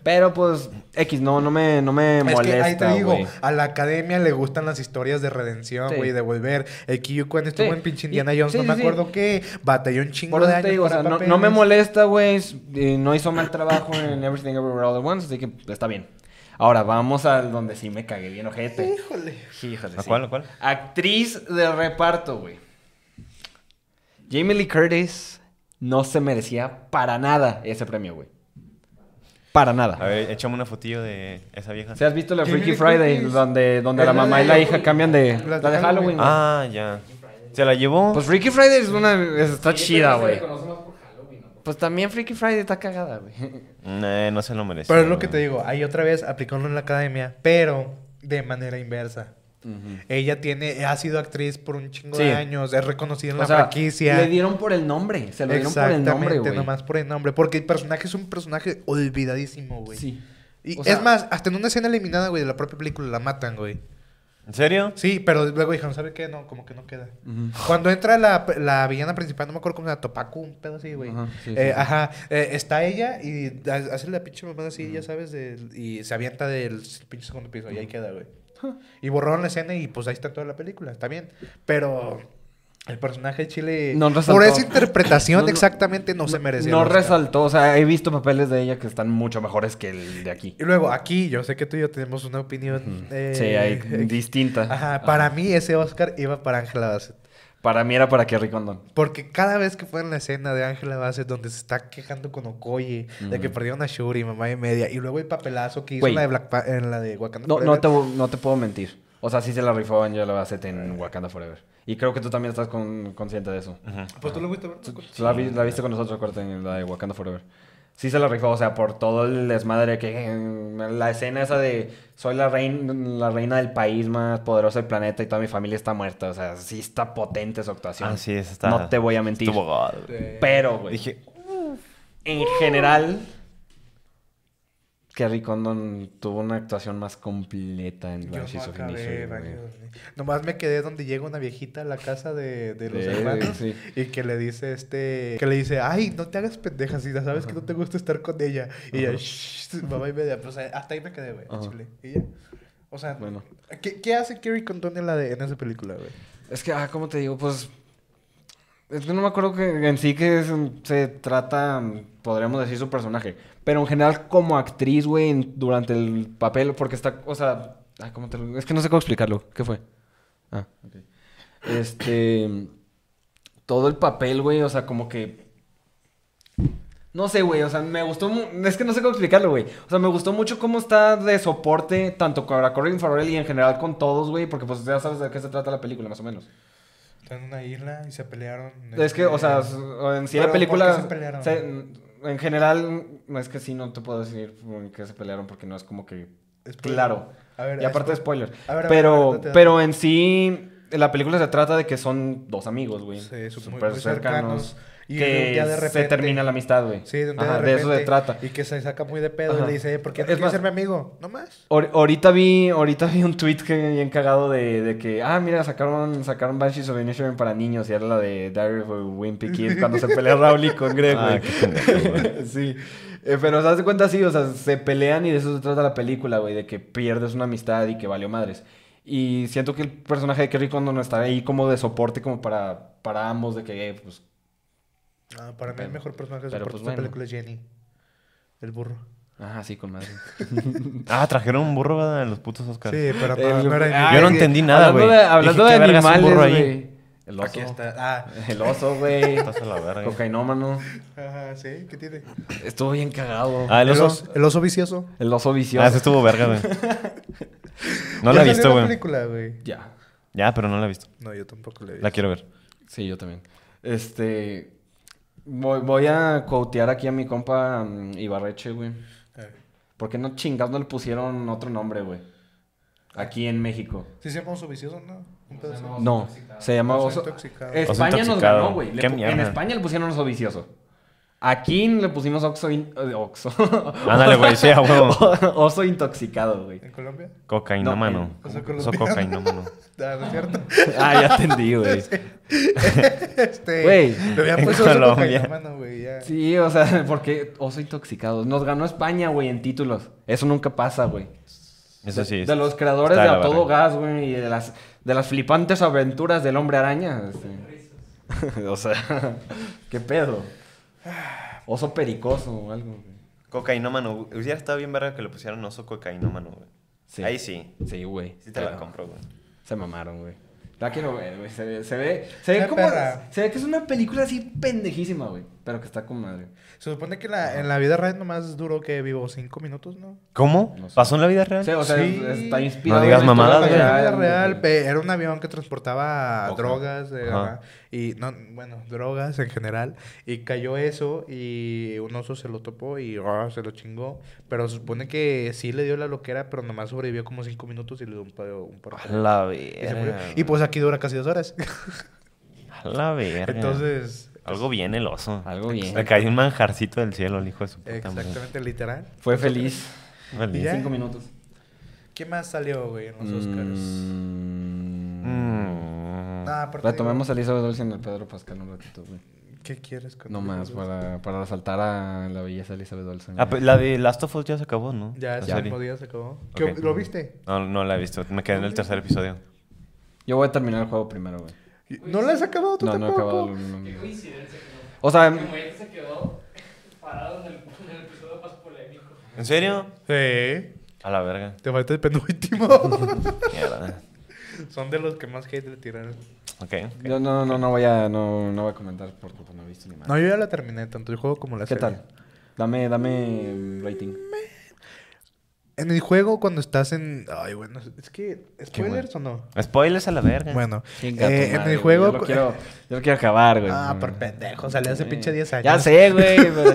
[SPEAKER 3] Pero pues, X, no, no me, no me
[SPEAKER 1] Es
[SPEAKER 3] molesta.
[SPEAKER 1] que ahí te digo,
[SPEAKER 3] güey.
[SPEAKER 1] a la acadea le gustan las historias de redención,
[SPEAKER 3] Sí.
[SPEAKER 1] güey, de volver. El Kiyu cuando estuvo
[SPEAKER 3] Sí.
[SPEAKER 1] en pinche
[SPEAKER 3] Y-
[SPEAKER 1] Indiana Jones,
[SPEAKER 3] sí,
[SPEAKER 1] no
[SPEAKER 3] sí,
[SPEAKER 1] me
[SPEAKER 3] sí.
[SPEAKER 1] acuerdo qué, batalló un chingo
[SPEAKER 3] Por
[SPEAKER 1] de
[SPEAKER 3] eso te
[SPEAKER 1] años.
[SPEAKER 3] digo, o
[SPEAKER 1] para
[SPEAKER 3] sea, no,
[SPEAKER 1] papeles.
[SPEAKER 3] no me molesta, güey. s- eh, no hizo mal trabajo en Everything Everywhere All at Once, así que está bien. Ahora vamos al donde sí me cagué bien, ojete.
[SPEAKER 1] Híjole.
[SPEAKER 3] Híjole.
[SPEAKER 2] ¿A
[SPEAKER 3] sí.
[SPEAKER 2] cuál, a cuál?
[SPEAKER 3] Actriz de reparto, güey. Jamie Lee Curtis no se merecía para nada ese premio, güey. Para nada.
[SPEAKER 2] A ver, échame una fotillo de esa vieja.
[SPEAKER 3] ¿Se has visto la
[SPEAKER 1] Jamie
[SPEAKER 3] Freaky
[SPEAKER 1] Lee
[SPEAKER 3] Friday?
[SPEAKER 1] Curtis.
[SPEAKER 3] Donde, donde
[SPEAKER 1] Es
[SPEAKER 3] la
[SPEAKER 1] la
[SPEAKER 3] mamá
[SPEAKER 1] de
[SPEAKER 3] y la hija
[SPEAKER 1] Halloween.
[SPEAKER 3] cambian de.
[SPEAKER 1] Las
[SPEAKER 3] La
[SPEAKER 1] de
[SPEAKER 3] de
[SPEAKER 1] Halloween.
[SPEAKER 3] Halloween. güey.
[SPEAKER 2] Ah, ya. ¿Se la llevó?
[SPEAKER 3] Pues Freaky Friday es una. es- Está chida, güey.
[SPEAKER 4] Pero
[SPEAKER 3] Pues también Freaky Friday está cagada, güey.
[SPEAKER 2] Nah, no se lo merece.
[SPEAKER 1] Pero es lo que te
[SPEAKER 2] güey.
[SPEAKER 1] digo, ahí otra vez aplicaron en la academia, pero de manera inversa. Ella tiene, ha sido actriz por un chingo
[SPEAKER 3] Sí.
[SPEAKER 1] de años, es reconocida en
[SPEAKER 3] O
[SPEAKER 1] la
[SPEAKER 3] sea,
[SPEAKER 1] franquicia.
[SPEAKER 3] le dieron por el nombre. Se lo dieron por el nombre,
[SPEAKER 1] Exactamente,
[SPEAKER 3] güey.
[SPEAKER 1] nomás por el nombre. Porque el personaje es un personaje olvidadísimo, güey.
[SPEAKER 3] Sí.
[SPEAKER 1] Y
[SPEAKER 3] O sea-
[SPEAKER 1] es más, hasta en una escena eliminada, güey, de la propia película la matan, güey.
[SPEAKER 2] ¿En serio?
[SPEAKER 1] Sí, pero luego dijeron, ¿sabe qué? No, como que no queda. Cuando entra la, la villana principal, no me acuerdo cómo se llama, Topaku, un pedo así, güey.
[SPEAKER 3] Ajá, sí, sí,
[SPEAKER 1] Eh,
[SPEAKER 3] sí.
[SPEAKER 1] Ajá, eh, está ella y ha- hace la pinche mamada así, ya sabes, del- y se avienta del pinche segundo piso y ahí queda, güey. Y borraron la escena y pues ahí está toda la película, está bien. Pero el personaje de Chile,
[SPEAKER 3] No
[SPEAKER 1] por
[SPEAKER 3] resaltó.
[SPEAKER 1] esa interpretación
[SPEAKER 3] No, no.
[SPEAKER 1] exactamente, no, se merece.
[SPEAKER 3] No
[SPEAKER 1] el Oscar.
[SPEAKER 3] resaltó. O sea, he visto papeles de ella que están mucho mejores que el de aquí.
[SPEAKER 1] Y luego aquí, yo sé que tú y yo tenemos una opinión. eh,
[SPEAKER 3] sí, hay
[SPEAKER 1] eh,
[SPEAKER 3] distinta.
[SPEAKER 1] Ajá, para mí ese Oscar iba para Angela Bassett.
[SPEAKER 3] Para mí era para Kerry Condon.
[SPEAKER 1] Porque cada vez que fue en la escena de Ángela Bassett donde se está quejando con Okoye de que perdieron a Shuri, mamá y media, y luego el papelazo que hizo
[SPEAKER 3] Güey.
[SPEAKER 1] en la de Black Pa- en la de Wakanda
[SPEAKER 3] No, no,
[SPEAKER 1] Forever.
[SPEAKER 3] te, no te puedo mentir. O sea, sí se la rifó Angela Bassett en Wakanda Forever. Y creo que tú también estás con- consciente de eso.
[SPEAKER 1] Pues tú lo fuiste a ver, Paco.
[SPEAKER 3] La, vi- la viste con nosotros, acuérdate, en la de Wakanda Forever. Sí se la rifó, o sea, por todo el desmadre que... La escena esa de soy la reina, la reina del país más poderosa del planeta y toda mi familia está muerta. O sea, sí está potente su actuación.
[SPEAKER 2] Ah, sí, esa está.
[SPEAKER 3] No te voy a mentir.
[SPEAKER 2] Estuvo god, güey.
[SPEAKER 3] Pero, güey,
[SPEAKER 2] Dije,
[SPEAKER 3] en general... Kerry Condon tuvo una actuación más completa en
[SPEAKER 1] Yo no
[SPEAKER 3] Banshees of
[SPEAKER 1] acabé,
[SPEAKER 3] Inisherin, güey.
[SPEAKER 1] Banshees of Inisherin. Nomás me quedé donde llega una viejita a la casa de, de los
[SPEAKER 3] Sí,
[SPEAKER 1] hermanos
[SPEAKER 3] sí.
[SPEAKER 1] y que le dice este, que le dice, ay, no te hagas pendeja, si ya sabes que no te gusta estar con ella. Y ella, "Shh", mamá y media. Pues eh, hasta ahí me quedé, güey.
[SPEAKER 3] Ajá.
[SPEAKER 1] chile. Y ya. O sea,
[SPEAKER 3] Bueno.
[SPEAKER 1] ¿qué, qué hace Kerry Condon en, la de- en esa película, güey?
[SPEAKER 3] Es que, ah, ¿cómo te digo? Pues. Es que no me acuerdo que en sí que es- se trata, podríamos decir, su personaje. Pero en general, como actriz, güey, en- durante el papel, porque está, o sea, ah, ¿cómo te lo- Es que no sé cómo explicarlo. ¿Qué fue? Ah, ok. Este. Todo el papel, güey, o sea, como que. No sé, güey, o sea, me gustó. mu- Es que no sé cómo explicarlo, güey. O sea, me gustó mucho cómo está de soporte, tanto para Corinne Farrell y en general con todos, güey, porque pues ya sabes de qué se trata la película, más o menos.
[SPEAKER 1] Están en una isla y se pelearon.
[SPEAKER 3] Es que, o sea, s- en sí la
[SPEAKER 1] Pero, ¿por qué
[SPEAKER 3] película.
[SPEAKER 1] se pelearon?
[SPEAKER 3] se- en general, no es que sí, no te puedo decir en qué se pelearon porque no es como que.
[SPEAKER 1] Spoiler.
[SPEAKER 3] Claro.
[SPEAKER 1] A ver,
[SPEAKER 3] y aparte,
[SPEAKER 1] espo-
[SPEAKER 3] spoiler.
[SPEAKER 1] A ver, a ver,
[SPEAKER 3] pero,
[SPEAKER 1] a ver, date, date.
[SPEAKER 3] pero en sí, la película se trata de que son dos amigos, güey.
[SPEAKER 1] Sí, son muy-
[SPEAKER 3] Súper
[SPEAKER 1] pues, eh, muy
[SPEAKER 3] cercanos.
[SPEAKER 1] cercanos, y de
[SPEAKER 3] que
[SPEAKER 1] un día de
[SPEAKER 3] se
[SPEAKER 1] repente-
[SPEAKER 3] termina la amistad, güey.
[SPEAKER 1] Sí, de, un día
[SPEAKER 3] Ajá,
[SPEAKER 1] de,
[SPEAKER 3] de eso se
[SPEAKER 1] repente,
[SPEAKER 3] trata.
[SPEAKER 1] Y que se saca muy de pedo
[SPEAKER 3] Ajá.
[SPEAKER 1] y le dice, ¿por qué no
[SPEAKER 3] Es
[SPEAKER 1] quieres
[SPEAKER 3] más-
[SPEAKER 1] ser mi amigo? No más.
[SPEAKER 3] Ahor- ahorita vi, ahorita vi un tweet que bien cagado de, de que, ah, mira, sacaron, sacaron Banshees of Inisherin para niños y era la de Diary of a Wimpy Kid cuando se pelea Raúl y con Greg,
[SPEAKER 2] Ah,
[SPEAKER 3] güey.
[SPEAKER 2] qué pendejo, güey.
[SPEAKER 3] sí. Eh, pero se hace cuenta así, o sea, se pelean y de eso se trata la película, güey, de que pierdes una amistad y que valió madres. Y siento que el personaje de Kerry Condon está ahí como de soporte como para, para ambos de que, eh, pues,
[SPEAKER 1] Ah, para mí
[SPEAKER 3] Pero-
[SPEAKER 1] el mejor personaje de
[SPEAKER 3] pero,
[SPEAKER 1] soporte
[SPEAKER 3] pues,
[SPEAKER 1] de esta
[SPEAKER 3] bueno.
[SPEAKER 1] película es Jenny. El burro.
[SPEAKER 3] ah, sí, con madre.
[SPEAKER 2] ah, trajeron un burro ¿verdad? en los putos Oscars.
[SPEAKER 1] Sí, pero
[SPEAKER 3] El-
[SPEAKER 1] no,
[SPEAKER 3] Ah,
[SPEAKER 1] no era
[SPEAKER 3] Eh, Ay,
[SPEAKER 2] Yo no
[SPEAKER 3] sí.
[SPEAKER 2] entendí nada,
[SPEAKER 3] Hablando
[SPEAKER 2] güey.
[SPEAKER 3] de- Hablando
[SPEAKER 2] Dije,
[SPEAKER 3] de
[SPEAKER 2] "¿Qué vergas un
[SPEAKER 3] animales,
[SPEAKER 2] burro ahí?"
[SPEAKER 3] güey. El oso.
[SPEAKER 1] Aquí está. Ah,
[SPEAKER 3] El oso, güey.
[SPEAKER 2] Estás a la verga.
[SPEAKER 3] Cocainómano.
[SPEAKER 1] ajá, sí, ¿qué tiene?
[SPEAKER 3] Estuvo bien cagado.
[SPEAKER 2] Ah, el oso.
[SPEAKER 1] el oso vicioso.
[SPEAKER 3] El oso vicioso.
[SPEAKER 2] Ah, ese estuvo verga, güey.
[SPEAKER 1] Ya
[SPEAKER 2] No la he
[SPEAKER 1] salió
[SPEAKER 2] visto, güey.
[SPEAKER 1] película, güey.
[SPEAKER 3] Ya.
[SPEAKER 2] Ya, pero no la he visto.
[SPEAKER 1] No, yo tampoco la he visto.
[SPEAKER 2] La quiero ver.
[SPEAKER 3] Sí, yo también. Este. Voy, voy a quotear aquí a mi compa mm, Ibarreche, güey.
[SPEAKER 1] A ver.
[SPEAKER 3] ¿Por qué no chingados no le pusieron otro nombre, güey? Aquí en México.
[SPEAKER 1] Sí se llama oso vicioso, ¿no? Un pedo así.
[SPEAKER 4] Oso
[SPEAKER 3] No,
[SPEAKER 4] intoxicado.
[SPEAKER 3] se llama
[SPEAKER 1] Oso
[SPEAKER 3] oso.
[SPEAKER 1] intoxicado.
[SPEAKER 2] Oso
[SPEAKER 3] España nos
[SPEAKER 2] intoxicado.
[SPEAKER 3] ganó, güey. Le
[SPEAKER 2] Qué
[SPEAKER 3] pu- En
[SPEAKER 2] mierda.
[SPEAKER 3] España le pusieron oso vicioso. Aquí le pusimos oxo. in- eh, oxo.
[SPEAKER 2] Ándale, güey, sí, a huevo.
[SPEAKER 3] oso intoxicado, güey.
[SPEAKER 1] ¿En Colombia?
[SPEAKER 2] Cocainómano.
[SPEAKER 3] No,
[SPEAKER 1] Oso
[SPEAKER 2] Oso
[SPEAKER 1] colombiano.
[SPEAKER 2] cocainómano.
[SPEAKER 1] Ah, no es cierto.
[SPEAKER 3] Ah, ya entendí, güey.
[SPEAKER 1] Este.
[SPEAKER 3] Güey,
[SPEAKER 1] Le habían
[SPEAKER 2] en
[SPEAKER 1] puesto oso
[SPEAKER 2] Colombia.
[SPEAKER 1] cocainómano, güey. Ya.
[SPEAKER 3] Sí, o sea, porque oso intoxicado. Nos ganó España, güey, en títulos. Eso nunca pasa, güey.
[SPEAKER 2] Eso sí.
[SPEAKER 3] De los creadores
[SPEAKER 2] está
[SPEAKER 3] de
[SPEAKER 2] la
[SPEAKER 3] A Todo
[SPEAKER 2] verga.
[SPEAKER 3] Gas, güey, y de las, de las flipantes aventuras del hombre araña. este. o sea, ¿qué pedo? Oso pericoso o algo. güey.
[SPEAKER 2] Cocainómano. güey. Hubiera estado bien verga que le pusieran oso cocainómano, güey. Ahí sí.
[SPEAKER 3] Sí, güey.
[SPEAKER 2] Sí te la
[SPEAKER 3] Pero
[SPEAKER 2] compro, güey.
[SPEAKER 3] Se mamaron, güey. La quiero ver, güey. Se, ve- se ve, se ve
[SPEAKER 1] Qué
[SPEAKER 3] como.
[SPEAKER 1] perra.
[SPEAKER 3] Se ve que es una película así pendejísima, güey. Pero que está con madre.
[SPEAKER 1] Se supone que la, en la vida real nomás duró que vivo cinco minutos, ¿no?
[SPEAKER 2] ¿Cómo?
[SPEAKER 3] No sé.
[SPEAKER 2] ¿Pasó en la vida real?
[SPEAKER 3] Sí, o sea,
[SPEAKER 1] Sí.
[SPEAKER 3] está inspirado.
[SPEAKER 2] No digas
[SPEAKER 3] en la historia
[SPEAKER 2] mamadas, güey.
[SPEAKER 1] La vida
[SPEAKER 3] real,
[SPEAKER 1] real,
[SPEAKER 3] güey.
[SPEAKER 1] pe- era un avión que transportaba
[SPEAKER 2] Coca.
[SPEAKER 1] drogas eh,
[SPEAKER 2] Ajá.
[SPEAKER 1] ajá, y no, bueno, drogas en general y cayó eso y un oso se lo topó y ah, se lo chingó, pero se supone que sí le dio la loquera, pero nomás sobrevivió como cinco minutos y le dio un paro, un paro.
[SPEAKER 2] A la
[SPEAKER 1] Y, se murió.
[SPEAKER 2] verga.
[SPEAKER 1] Y pues aquí dura casi dos horas.
[SPEAKER 2] A la verga.
[SPEAKER 1] Entonces,
[SPEAKER 2] Algo bien el oso.
[SPEAKER 3] Algo bien.
[SPEAKER 2] Le cayó un manjarcito del cielo al hijo de su puta madre.
[SPEAKER 1] exactamente literal.
[SPEAKER 3] Fue feliz.
[SPEAKER 2] Vale.
[SPEAKER 1] Y ya.
[SPEAKER 3] Cinco minutos.
[SPEAKER 1] ¿Qué más salió, güey, en los Oscars?
[SPEAKER 3] Mm.
[SPEAKER 2] Mm.
[SPEAKER 1] Ah, aparte
[SPEAKER 3] Retomemos a Elizabeth Olsen y a Pedro Pascal un ratito, güey.
[SPEAKER 1] digo, ¿Qué quieres con
[SPEAKER 3] No más, para, para resaltar a la belleza de Elizabeth Olsen.
[SPEAKER 2] Ah, pe-
[SPEAKER 1] pues-
[SPEAKER 2] la de Last of Us ya se acabó, ¿no?
[SPEAKER 1] Ya,
[SPEAKER 2] La
[SPEAKER 1] ese
[SPEAKER 2] serie.
[SPEAKER 1] mismo día se acabó. ¿Qué-
[SPEAKER 2] Ok.
[SPEAKER 1] ¿Lo viste?
[SPEAKER 2] No, no la he visto. Me quedé en el tercer episodio.
[SPEAKER 3] Yo voy a terminar el juego primero, güey.
[SPEAKER 1] ¿No la has acabado tú
[SPEAKER 3] No, no he
[SPEAKER 1] tampoco?
[SPEAKER 3] acabado el uno.
[SPEAKER 4] Qué coincidencia, ¿no?
[SPEAKER 3] O sea,
[SPEAKER 4] Que Mollete se quedó parado en el, en el episodio más polémico.
[SPEAKER 2] ¿En serio?
[SPEAKER 1] Sí.
[SPEAKER 2] A la verga.
[SPEAKER 1] Eh, Te falta el penúltimo.
[SPEAKER 2] Mierda.
[SPEAKER 1] Son de los que más hate le tiraron.
[SPEAKER 2] Ok. ok.
[SPEAKER 3] yo no, no, no voy a, no, no voy a comentar porque pues, no he visto ni más.
[SPEAKER 1] No, yo ya la terminé, tanto el juego como la
[SPEAKER 3] ¿Qué
[SPEAKER 1] serie.
[SPEAKER 3] tal? Dame, dame mm, rating.
[SPEAKER 1] En el juego, cuando estás en. Ay, bueno, es que. ¿Spoilers o no?
[SPEAKER 2] Spoilers a la verga.
[SPEAKER 1] Bueno,
[SPEAKER 3] Chinga tu
[SPEAKER 1] eh, en
[SPEAKER 3] madre,
[SPEAKER 1] el
[SPEAKER 3] güey.
[SPEAKER 1] juego.
[SPEAKER 3] Yo lo quiero, yo lo quiero acabar, güey.
[SPEAKER 1] Ah,
[SPEAKER 3] No,
[SPEAKER 1] por
[SPEAKER 3] no.
[SPEAKER 1] pendejo, salió hace
[SPEAKER 3] Eh,
[SPEAKER 1] pinche 10 años.
[SPEAKER 3] Ya sé, güey, pero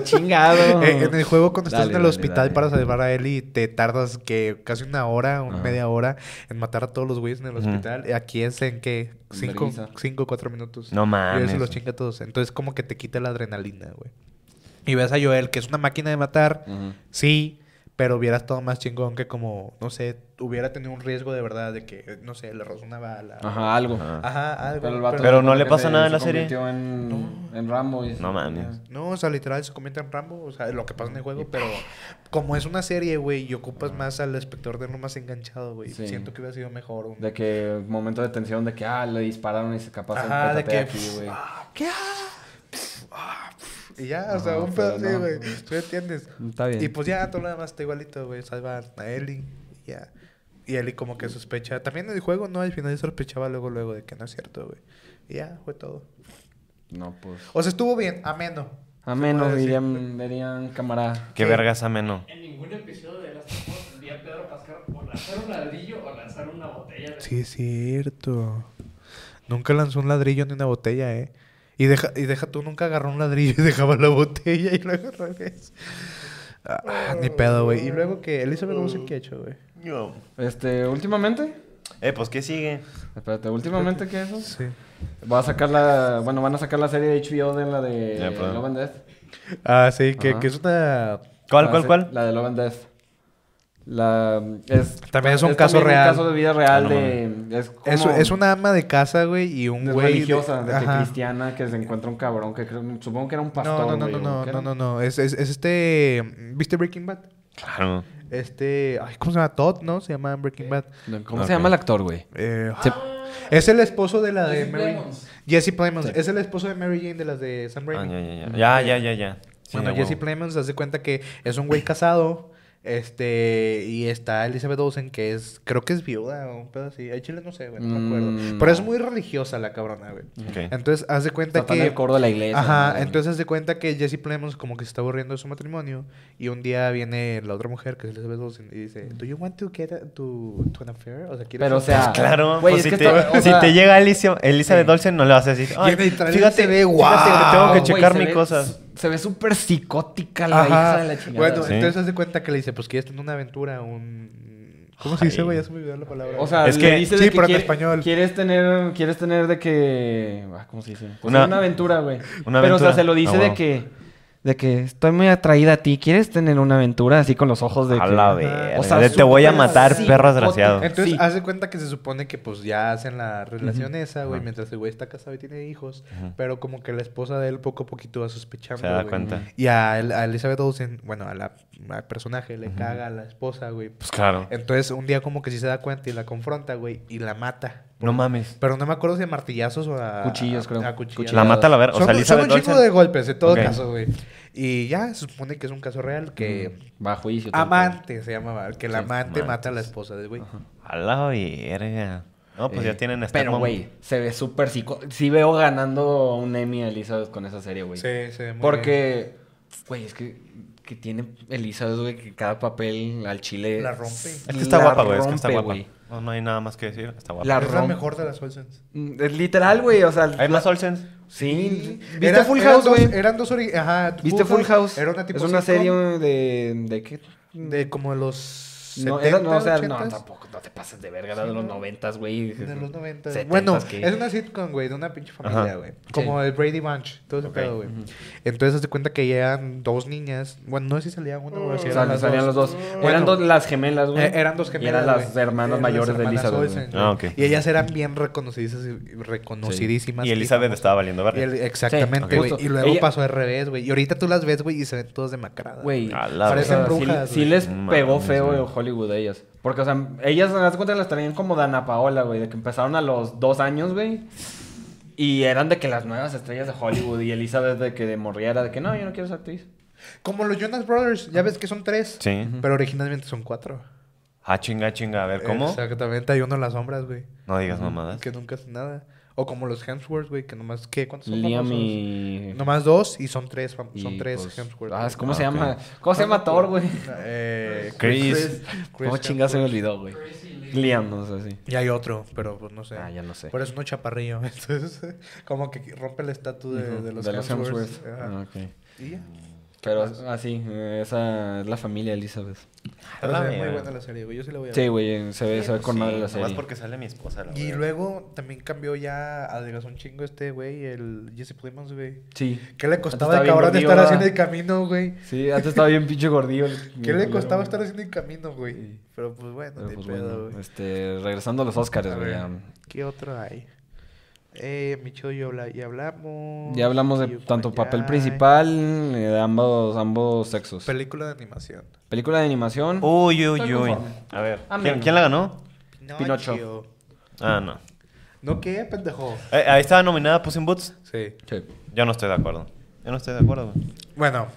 [SPEAKER 3] chingado.
[SPEAKER 1] Eh, en el juego, cuando estás
[SPEAKER 3] Dale,
[SPEAKER 1] en el
[SPEAKER 3] dale,
[SPEAKER 1] hospital
[SPEAKER 3] dale.
[SPEAKER 1] para salvar a Ellie, te tardas que casi una hora, un-
[SPEAKER 3] Ajá.
[SPEAKER 1] media hora en matar a todos los güeyes en el
[SPEAKER 2] Ujú.
[SPEAKER 1] hospital. Eh, Aquí es en que cinco,
[SPEAKER 3] Vergüenza.
[SPEAKER 1] cinco, cuatro minutos. Y
[SPEAKER 2] No
[SPEAKER 1] eso
[SPEAKER 2] mames.
[SPEAKER 1] los chinga a todos. Entonces, como que te quita la adrenalina, güey. Y ves a Joel, que es una máquina de matar,
[SPEAKER 3] Ujú.
[SPEAKER 1] sí, pero hubiera estado más chingón que, como, no sé, hubiera tenido un riesgo de verdad de que, eh, no sé, le rozó una bala. Ajá,
[SPEAKER 3] Ajá, algo.
[SPEAKER 2] Ajá.
[SPEAKER 1] Ah, algo.
[SPEAKER 3] Pero, el vato
[SPEAKER 2] Pero no
[SPEAKER 3] como
[SPEAKER 2] le
[SPEAKER 3] que
[SPEAKER 2] pasa
[SPEAKER 3] se-
[SPEAKER 2] nada en la
[SPEAKER 3] se
[SPEAKER 2] serie.
[SPEAKER 3] convirtió En, en Rambo. y-
[SPEAKER 2] No mames.
[SPEAKER 1] No, o sea, literal se comenta en Rambo, o sea, lo que pasa en el juego, pero como es una serie, güey, y ocupas más al espectador de no más enganchado, güey.
[SPEAKER 3] Ah. Sí.
[SPEAKER 1] Siento que hubiera sido mejor. un-
[SPEAKER 3] De que momento de tensión, de que ah, le dispararon y se capaz se
[SPEAKER 1] Ajá, de que.
[SPEAKER 3] petatea aquí, güey.
[SPEAKER 1] ah, ¿Qué? Ah, y ya, o
[SPEAKER 3] Ajá,
[SPEAKER 1] sea, un
[SPEAKER 3] pero
[SPEAKER 1] pedo así,
[SPEAKER 3] no.
[SPEAKER 1] güey. ¿Tú me entiendes?
[SPEAKER 3] Está
[SPEAKER 1] Y pues ya, todo lo demás está igualito, güey. Salva a Ellie, y ya. Y Ellie como que sospecha. También en el juego, ¿no? Al final sospechaba luego, luego de que no es cierto, güey. Y ya, fue todo.
[SPEAKER 3] No, pues.
[SPEAKER 1] O sea, estuvo bien, ameno.
[SPEAKER 3] A menos
[SPEAKER 1] puede decir.
[SPEAKER 3] dirían, dirían cámara.
[SPEAKER 2] Qué
[SPEAKER 1] Sí.
[SPEAKER 2] vergas ameno.
[SPEAKER 4] En ningún episodio de Last of Us vi a Pedro Pascal o lanzar un ladrillo o lanzar una botella. De...
[SPEAKER 1] Sí, es cierto. Nunca lanzó un ladrillo ni una botella, ¿eh? Y deja, y deja tú, nunca agarró un ladrillo y dejaba la botella y lo agarró al revés. Ah, ah, ni pedo, güey. Y luego que Elizabeth Olsen, ¿qué ha hecho, güey?
[SPEAKER 2] No.
[SPEAKER 3] Este, últimamente.
[SPEAKER 2] Eh, pues ¿qué sigue?
[SPEAKER 3] Espérate, últimamente, ¿qué es eso?
[SPEAKER 1] Sí.
[SPEAKER 3] Va a sacar la. Bueno, van a sacar la serie de HBO de la de
[SPEAKER 2] Ya, perdón.
[SPEAKER 3] Love and Death.
[SPEAKER 1] Ah, sí, que,
[SPEAKER 3] Ajá.
[SPEAKER 1] que es una...
[SPEAKER 2] ¿Cuál,
[SPEAKER 3] La
[SPEAKER 2] cuál,
[SPEAKER 3] se-
[SPEAKER 2] cuál?
[SPEAKER 3] La de Love and Death. La. Es,
[SPEAKER 1] También es un caso
[SPEAKER 3] también
[SPEAKER 1] real.
[SPEAKER 3] un caso de vida real.
[SPEAKER 2] Ah, no
[SPEAKER 3] de, es, como-
[SPEAKER 1] Es, es una ama de casa, güey, y un
[SPEAKER 3] de
[SPEAKER 1] güey... de-
[SPEAKER 3] religiosa, de que
[SPEAKER 1] Ajá.
[SPEAKER 3] cristiana, que se encuentra un cabrón que creo, supongo que era un pastor.
[SPEAKER 1] No, no, no,
[SPEAKER 3] güey,
[SPEAKER 1] no,
[SPEAKER 3] o
[SPEAKER 1] no,
[SPEAKER 3] qué
[SPEAKER 1] no,
[SPEAKER 3] era.
[SPEAKER 1] no, no. Es, es, es este... ¿Viste Breaking Bad?
[SPEAKER 2] Claro.
[SPEAKER 1] Este... Ay, ¿Cómo se llama? Todd, ¿no? Se llama Breaking Bad.
[SPEAKER 3] ¿Cómo
[SPEAKER 2] Ok.
[SPEAKER 3] se llama el actor, güey?
[SPEAKER 1] Eh,
[SPEAKER 4] Ah,
[SPEAKER 1] se- Es el esposo de la de
[SPEAKER 4] Jesse
[SPEAKER 1] Mary...
[SPEAKER 4] Plemons.
[SPEAKER 1] Jesse Plemons.
[SPEAKER 3] Sí.
[SPEAKER 1] Es el esposo de Mary Jane de las de Sam
[SPEAKER 2] Ah,
[SPEAKER 1] Raimi.
[SPEAKER 2] ya, ya, ya. Ya, ya, ya, ya. Sí,
[SPEAKER 1] Mm. bueno,
[SPEAKER 2] a
[SPEAKER 1] Jesse
[SPEAKER 2] huevo.
[SPEAKER 1] Plemons hace cuenta que es un güey casado Este, y está Elizabeth Olsen, que es, creo que es viuda o un pedo así. Al chile no sé, güey, no me acuerdo.
[SPEAKER 3] Mm.
[SPEAKER 1] Pero es muy religiosa la cabrona, güey.
[SPEAKER 2] Ok.
[SPEAKER 1] Entonces, haz de cuenta
[SPEAKER 3] Está en
[SPEAKER 1] que...
[SPEAKER 3] el coro de la iglesia.
[SPEAKER 1] Ajá,
[SPEAKER 3] ¿no?
[SPEAKER 1] entonces se cuenta que Jesse Plemons como que se está aburriendo de su matrimonio y un día viene la otra mujer que es Elizabeth Olsen y dice, "Do you want to get a- to, to an affair?" O sea, ¿quieres
[SPEAKER 3] Pero, o sea,
[SPEAKER 2] Claro,
[SPEAKER 3] Güey,
[SPEAKER 2] pues si,
[SPEAKER 3] es que
[SPEAKER 2] te,
[SPEAKER 3] esto- o
[SPEAKER 2] si
[SPEAKER 3] sea-
[SPEAKER 2] te llega Alicia, Elizabeth Olsen, no le vas a decir. "Ay,
[SPEAKER 1] Llega y trae el
[SPEAKER 2] fíjate,
[SPEAKER 1] CV,
[SPEAKER 2] fíjate,
[SPEAKER 1] guau".
[SPEAKER 2] que tengo que
[SPEAKER 3] Güey,
[SPEAKER 2] checar
[SPEAKER 3] se
[SPEAKER 2] mis
[SPEAKER 3] ve-
[SPEAKER 2] cosas.
[SPEAKER 3] Se ve súper psicótica la
[SPEAKER 1] Ajá.
[SPEAKER 3] hija de la chingada.
[SPEAKER 1] Bueno,
[SPEAKER 2] Sí.
[SPEAKER 1] entonces haz de cuenta que le dice, "Pues quieres tener una aventura, un ¿Cómo se dice,
[SPEAKER 2] Ay.
[SPEAKER 1] güey? Ya se me olvidó la palabra.
[SPEAKER 3] O sea,
[SPEAKER 2] Es
[SPEAKER 3] le
[SPEAKER 2] que-
[SPEAKER 3] dice de
[SPEAKER 1] sí,
[SPEAKER 3] que
[SPEAKER 1] pero en
[SPEAKER 3] quiere-
[SPEAKER 1] español.
[SPEAKER 3] Quieres tener, quieres tener de que, ah, ¿cómo se dice? Pues
[SPEAKER 2] Una-
[SPEAKER 3] una, aventura, güey.
[SPEAKER 2] una
[SPEAKER 3] Pero o sea,
[SPEAKER 2] aventura.
[SPEAKER 3] se lo dice
[SPEAKER 2] Ah,
[SPEAKER 3] de
[SPEAKER 2] huevo.
[SPEAKER 3] que, de que estoy muy atraída a ti. ¿Quieres tener una aventura así con los ojos de?
[SPEAKER 2] A
[SPEAKER 3] que-
[SPEAKER 2] la
[SPEAKER 3] Ajá.
[SPEAKER 2] verga.
[SPEAKER 3] O sea,
[SPEAKER 2] de te voy a
[SPEAKER 3] súper
[SPEAKER 2] matar,
[SPEAKER 3] psicótica.
[SPEAKER 2] perro desgraciado.
[SPEAKER 1] entonces
[SPEAKER 3] sí.
[SPEAKER 1] haz de cuenta que se supone que pues ya hacen la relación esa, güey, mientras el güey está casado y tiene hijos,
[SPEAKER 2] Ujú.
[SPEAKER 1] pero como que la esposa de él poco a poquito va sospechando,
[SPEAKER 2] Se da
[SPEAKER 1] güey.
[SPEAKER 2] cuenta.
[SPEAKER 1] Y a, El- a Elizabeth Olsen, bueno, a la, al personaje le caga a la esposa, güey.
[SPEAKER 2] Pues claro.
[SPEAKER 1] Entonces un día como que sí se da cuenta y la confronta, güey, y la mata.
[SPEAKER 2] No mames.
[SPEAKER 1] Pero no me acuerdo si a martillazos o a...
[SPEAKER 3] Cuchillos, creo.
[SPEAKER 1] A cuchillas.
[SPEAKER 2] La mata a la verga. O
[SPEAKER 1] Son- son
[SPEAKER 2] sea,
[SPEAKER 1] un
[SPEAKER 2] Elizabeth
[SPEAKER 1] chico
[SPEAKER 2] Olsen.
[SPEAKER 1] de golpes, en todo
[SPEAKER 2] Ok.
[SPEAKER 1] caso, güey. Y ya se supone que es un caso real que...
[SPEAKER 3] Va a juicio. todo el
[SPEAKER 1] Amante se llamaba, que el amante
[SPEAKER 2] amantes.
[SPEAKER 1] mata a la esposa del güey.
[SPEAKER 2] A la verga. No, pues
[SPEAKER 3] Eh,
[SPEAKER 2] ya tienen este
[SPEAKER 3] Pero, güey, se ve súper psico... Sí veo ganando un Emmy a Elizabeth con esa serie, güey.
[SPEAKER 1] Sí, sí, muy bien.
[SPEAKER 3] Porque, güey, es que, que tiene Elizabeth, güey, que cada papel al chile...
[SPEAKER 1] La rompe.
[SPEAKER 2] Es que está
[SPEAKER 3] la
[SPEAKER 2] guapa, güey. Es que está
[SPEAKER 3] rompe,
[SPEAKER 2] guapa.
[SPEAKER 3] güey.
[SPEAKER 2] No, no hay nada más que decir. Está guapa.
[SPEAKER 3] La
[SPEAKER 1] Es la
[SPEAKER 3] rompe.
[SPEAKER 1] mejor de las Olsens.
[SPEAKER 3] Mm, Es literal, güey, o sea...
[SPEAKER 2] ¿Hay
[SPEAKER 3] la-
[SPEAKER 2] más Olsens?
[SPEAKER 3] Sí. ¿Viste
[SPEAKER 1] Era-
[SPEAKER 3] Full
[SPEAKER 1] eran
[SPEAKER 3] House,
[SPEAKER 1] dos-
[SPEAKER 3] güey?
[SPEAKER 1] Eran dos... ori- Ajá.
[SPEAKER 3] ¿Viste Full House?
[SPEAKER 1] Era una tipo
[SPEAKER 3] es una
[SPEAKER 1] sitcom.
[SPEAKER 3] serie de... ¿De qué?
[SPEAKER 1] De como los
[SPEAKER 3] No, era, no, o sea,
[SPEAKER 1] 70s,
[SPEAKER 3] no, tampoco, no te pases de verga, era de
[SPEAKER 1] Sí,
[SPEAKER 3] los
[SPEAKER 1] no.
[SPEAKER 3] noventas, güey.
[SPEAKER 1] De los 90.
[SPEAKER 3] 70s,
[SPEAKER 1] bueno,
[SPEAKER 3] que-
[SPEAKER 1] es una sitcom, güey, de una pinche
[SPEAKER 2] Ajá.
[SPEAKER 1] familia, güey. Como el Brady Bunch, todo ese
[SPEAKER 2] Ok.
[SPEAKER 1] pedo, güey. Entonces se cuenta que llegan dos niñas. Bueno, no sé si salía una, güey. Si
[SPEAKER 3] O sea,
[SPEAKER 1] eran las
[SPEAKER 3] salían
[SPEAKER 1] dos.
[SPEAKER 3] los dos. eran
[SPEAKER 1] Bueno,
[SPEAKER 3] dos, las gemelas, güey.
[SPEAKER 1] Eh, eran dos gemelas.
[SPEAKER 3] Y eran las
[SPEAKER 1] güey.
[SPEAKER 3] hermanas
[SPEAKER 1] Eran
[SPEAKER 3] mayores
[SPEAKER 1] las
[SPEAKER 3] de
[SPEAKER 1] hermanas
[SPEAKER 3] Elizabeth.
[SPEAKER 1] Olsen,
[SPEAKER 3] güey.
[SPEAKER 1] güey.
[SPEAKER 2] Ah, ok.
[SPEAKER 1] Y ellas eran bien reconocidas y reconocidísimas.
[SPEAKER 2] Y Elizabeth estaba valiendo
[SPEAKER 1] Y
[SPEAKER 2] verga.
[SPEAKER 1] el- exactamente,
[SPEAKER 3] ok.
[SPEAKER 1] güey.
[SPEAKER 3] Justo.
[SPEAKER 1] Y luego
[SPEAKER 3] Ella-
[SPEAKER 1] pasó al revés, güey. Y ahorita tú las ves, güey, y se ven todas demacradas.
[SPEAKER 3] Güey.
[SPEAKER 2] A
[SPEAKER 3] o
[SPEAKER 2] la
[SPEAKER 3] sea,
[SPEAKER 1] Parecen
[SPEAKER 2] verga.
[SPEAKER 3] sí-
[SPEAKER 1] brujas,
[SPEAKER 3] Sí,
[SPEAKER 1] güey.
[SPEAKER 3] les
[SPEAKER 2] Mames,
[SPEAKER 3] pegó feo
[SPEAKER 2] güey.
[SPEAKER 3] en Hollywood ellas. Porque, o sea, ellas, me das cuenta, las traían como Dana Paola, güey. De que empezaron a los dos años, güey. Y eran de que las nuevas estrellas de Hollywood. Y Elizabeth de que de morría era de que no, yo no quiero ser actriz.
[SPEAKER 1] Como los Jonas Brothers, ya ves que son tres.
[SPEAKER 2] Sí.
[SPEAKER 1] Pero originalmente son cuatro.
[SPEAKER 2] Ah, chinga, chinga. A ver, ¿cómo?
[SPEAKER 1] Exactamente, hay uno en las sombras, güey.
[SPEAKER 2] No digas mamadas.
[SPEAKER 1] Que nunca hace nada. O como los Hemsworth, güey, que nomás, ¿qué? ¿Cuántos son
[SPEAKER 3] Liam
[SPEAKER 1] famosos?
[SPEAKER 3] y.
[SPEAKER 1] Nomás dos y son tres, fam-
[SPEAKER 3] y,
[SPEAKER 1] son tres
[SPEAKER 3] pues,
[SPEAKER 1] Hemsworth.
[SPEAKER 3] ah,
[SPEAKER 1] güey.
[SPEAKER 3] ¿Cómo se
[SPEAKER 2] Ah, ok.
[SPEAKER 3] llama? ¿Cómo se llama Thor, güey?
[SPEAKER 1] Eh,
[SPEAKER 2] Chris.
[SPEAKER 1] Chris
[SPEAKER 3] ¿Cómo chingada se me olvidó, güey?
[SPEAKER 4] Chris y Liam.
[SPEAKER 3] Liam, no sé, sí.
[SPEAKER 1] Y hay otro, pero pues no sé.
[SPEAKER 3] Ah, ya no sé.
[SPEAKER 1] Pero es uno chaparrillo, entonces como que rompe el estatus de, de los Hemsworth. Ajá.
[SPEAKER 3] Ah, ok.
[SPEAKER 1] Y ya.
[SPEAKER 3] Pero así, esa es la familia Elizabeth.
[SPEAKER 1] Pero
[SPEAKER 2] Ah,
[SPEAKER 1] se ve
[SPEAKER 2] mira.
[SPEAKER 1] muy buena la serie, güey. Yo sí la voy a
[SPEAKER 3] Sí,
[SPEAKER 1] ver.
[SPEAKER 3] güey, se ve, se ve con
[SPEAKER 2] Sí,
[SPEAKER 3] madre la
[SPEAKER 2] nomás
[SPEAKER 3] serie.
[SPEAKER 2] porque sale mi esposa. la
[SPEAKER 1] Y
[SPEAKER 2] verga.
[SPEAKER 1] luego también cambió ya, adelgazó un chingo este güey, el Jesse Plemons, güey.
[SPEAKER 3] Sí.
[SPEAKER 1] ¿Qué le
[SPEAKER 3] Antes
[SPEAKER 1] costaba
[SPEAKER 3] estaba
[SPEAKER 1] el
[SPEAKER 3] bien
[SPEAKER 1] cabrón
[SPEAKER 3] gordillo,
[SPEAKER 1] estar
[SPEAKER 3] ¿verdad?
[SPEAKER 1] haciendo el camino, güey?
[SPEAKER 3] Sí, antes estaba bien pinche gordillo. el-
[SPEAKER 1] ¿Qué le
[SPEAKER 3] el-
[SPEAKER 1] costaba estar haciendo el camino, güey?
[SPEAKER 3] Sí.
[SPEAKER 1] Pero pues bueno,
[SPEAKER 3] Pero
[SPEAKER 1] ni
[SPEAKER 3] pues
[SPEAKER 1] pedo,
[SPEAKER 3] bueno,
[SPEAKER 1] güey.
[SPEAKER 3] este, regresando a los
[SPEAKER 1] A
[SPEAKER 3] Oscars, güey.
[SPEAKER 1] ver,
[SPEAKER 3] Ya,
[SPEAKER 1] ¿Qué otro hay? Eh, Micho y yo habla- ya hablamos.
[SPEAKER 3] ya hablamos de
[SPEAKER 1] Yuko
[SPEAKER 3] tanto papel
[SPEAKER 1] Yai.
[SPEAKER 3] principal, eh, de ambos, ambos sexos.
[SPEAKER 1] Película de animación.
[SPEAKER 3] Película de animación.
[SPEAKER 1] Oh,
[SPEAKER 2] Uy, uy,
[SPEAKER 4] Estoy
[SPEAKER 2] uy.
[SPEAKER 4] conforme.
[SPEAKER 2] A ver,
[SPEAKER 3] Ah,
[SPEAKER 2] ¿quién,
[SPEAKER 3] mira.
[SPEAKER 2] quién la ganó?
[SPEAKER 3] Pinocho.
[SPEAKER 2] Ah, no.
[SPEAKER 1] ¿No qué, pendejo?
[SPEAKER 2] Eh, ahí estaba nominada Puss in Boots.
[SPEAKER 1] Sí.
[SPEAKER 3] Sí.
[SPEAKER 2] Yo no estoy de acuerdo. Yo no estoy de acuerdo, güey.
[SPEAKER 1] Bueno,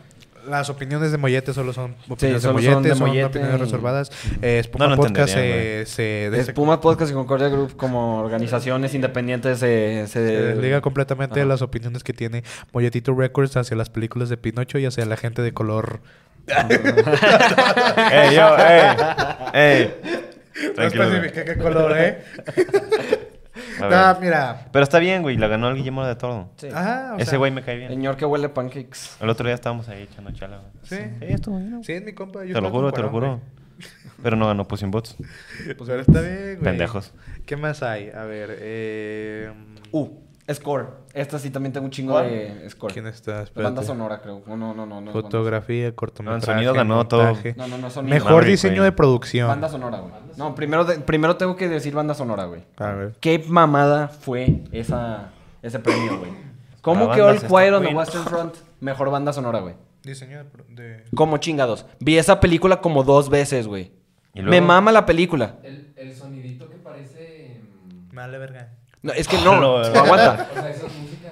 [SPEAKER 1] las opiniones de Mollete solo son opiniones
[SPEAKER 3] solo
[SPEAKER 1] de
[SPEAKER 3] son
[SPEAKER 1] Mollete,
[SPEAKER 3] de
[SPEAKER 1] son,
[SPEAKER 3] Mollete
[SPEAKER 1] opiniones
[SPEAKER 3] y-
[SPEAKER 1] reservadas. Eh, Espuma
[SPEAKER 2] No lo
[SPEAKER 1] Podcast
[SPEAKER 2] entenderían,
[SPEAKER 1] se, se, des-
[SPEAKER 3] Espuma Podcast y Concordia Group como organizaciones independientes eh, se... se-
[SPEAKER 1] se desliga completamente de
[SPEAKER 3] Ajá.
[SPEAKER 1] las opiniones que tiene Molletito Records hacia las películas de Pinocho y hacia la gente de color.
[SPEAKER 2] ¡Ey, yo! ¡Ey! ¡Ey! Tranquilo.
[SPEAKER 1] no
[SPEAKER 2] güey.
[SPEAKER 1] especifica qué color, ¿eh?
[SPEAKER 2] A
[SPEAKER 1] no,
[SPEAKER 2] ver.
[SPEAKER 1] mira.
[SPEAKER 2] Pero está bien, güey. La ganó el Guillermo de Toro.
[SPEAKER 3] Sí.
[SPEAKER 1] Ah, o
[SPEAKER 2] Ese
[SPEAKER 1] sea,
[SPEAKER 2] güey me cae bien.
[SPEAKER 3] Señor que huele a pancakes.
[SPEAKER 2] El otro día estábamos ahí echando chala, güey.
[SPEAKER 1] Sí.
[SPEAKER 2] Sí, estuvo bien, güey.
[SPEAKER 1] Sí, es mi compa. yo
[SPEAKER 2] Te lo
[SPEAKER 1] estaba
[SPEAKER 2] juro, te lo
[SPEAKER 1] comparando,
[SPEAKER 2] juro. Pero no ganó Puss in Boots.
[SPEAKER 1] güey. Pues ahora está bien, güey.
[SPEAKER 2] Pendejos.
[SPEAKER 3] Ah,
[SPEAKER 1] ¿Qué más hay? A ver, eh...
[SPEAKER 3] Uh, Score. Esta sí también tengo un chingo
[SPEAKER 2] ¿Cuál?
[SPEAKER 3] de Score.
[SPEAKER 1] ¿Quién está?
[SPEAKER 3] Banda
[SPEAKER 1] Espérate.
[SPEAKER 3] sonora, creo. No, no, no, no. no es banda
[SPEAKER 1] Fotografía,
[SPEAKER 2] No, el
[SPEAKER 1] cortometraje,
[SPEAKER 2] sonido ganó todo.
[SPEAKER 1] montaje.
[SPEAKER 3] sonora. No, no, no son
[SPEAKER 1] Mejor
[SPEAKER 2] Maverick,
[SPEAKER 1] diseño
[SPEAKER 2] güey.
[SPEAKER 1] de producción.
[SPEAKER 3] Banda sonora, güey. No, primero, de- primero tengo que decir banda sonora, güey.
[SPEAKER 1] A ver.
[SPEAKER 3] ¿Qué mamada fue esa, ese premio, güey? ¿Cómo
[SPEAKER 2] La
[SPEAKER 3] que
[SPEAKER 2] banda se
[SPEAKER 3] All Quiet
[SPEAKER 2] está
[SPEAKER 3] on the
[SPEAKER 2] cuidando.
[SPEAKER 3] Western Front? Mejor banda sonora, güey.
[SPEAKER 1] Diseño de... pro- de-
[SPEAKER 3] Como chingados. Vi esa película como dos veces, güey.
[SPEAKER 2] ¿Y luego?
[SPEAKER 3] Me mama la película.
[SPEAKER 4] El, el sonidito que parece. mm,
[SPEAKER 1] Me vale verga.
[SPEAKER 3] No, es que
[SPEAKER 2] Ah,
[SPEAKER 3] no,
[SPEAKER 2] no,
[SPEAKER 3] aguanta.
[SPEAKER 4] O sea, eso es música.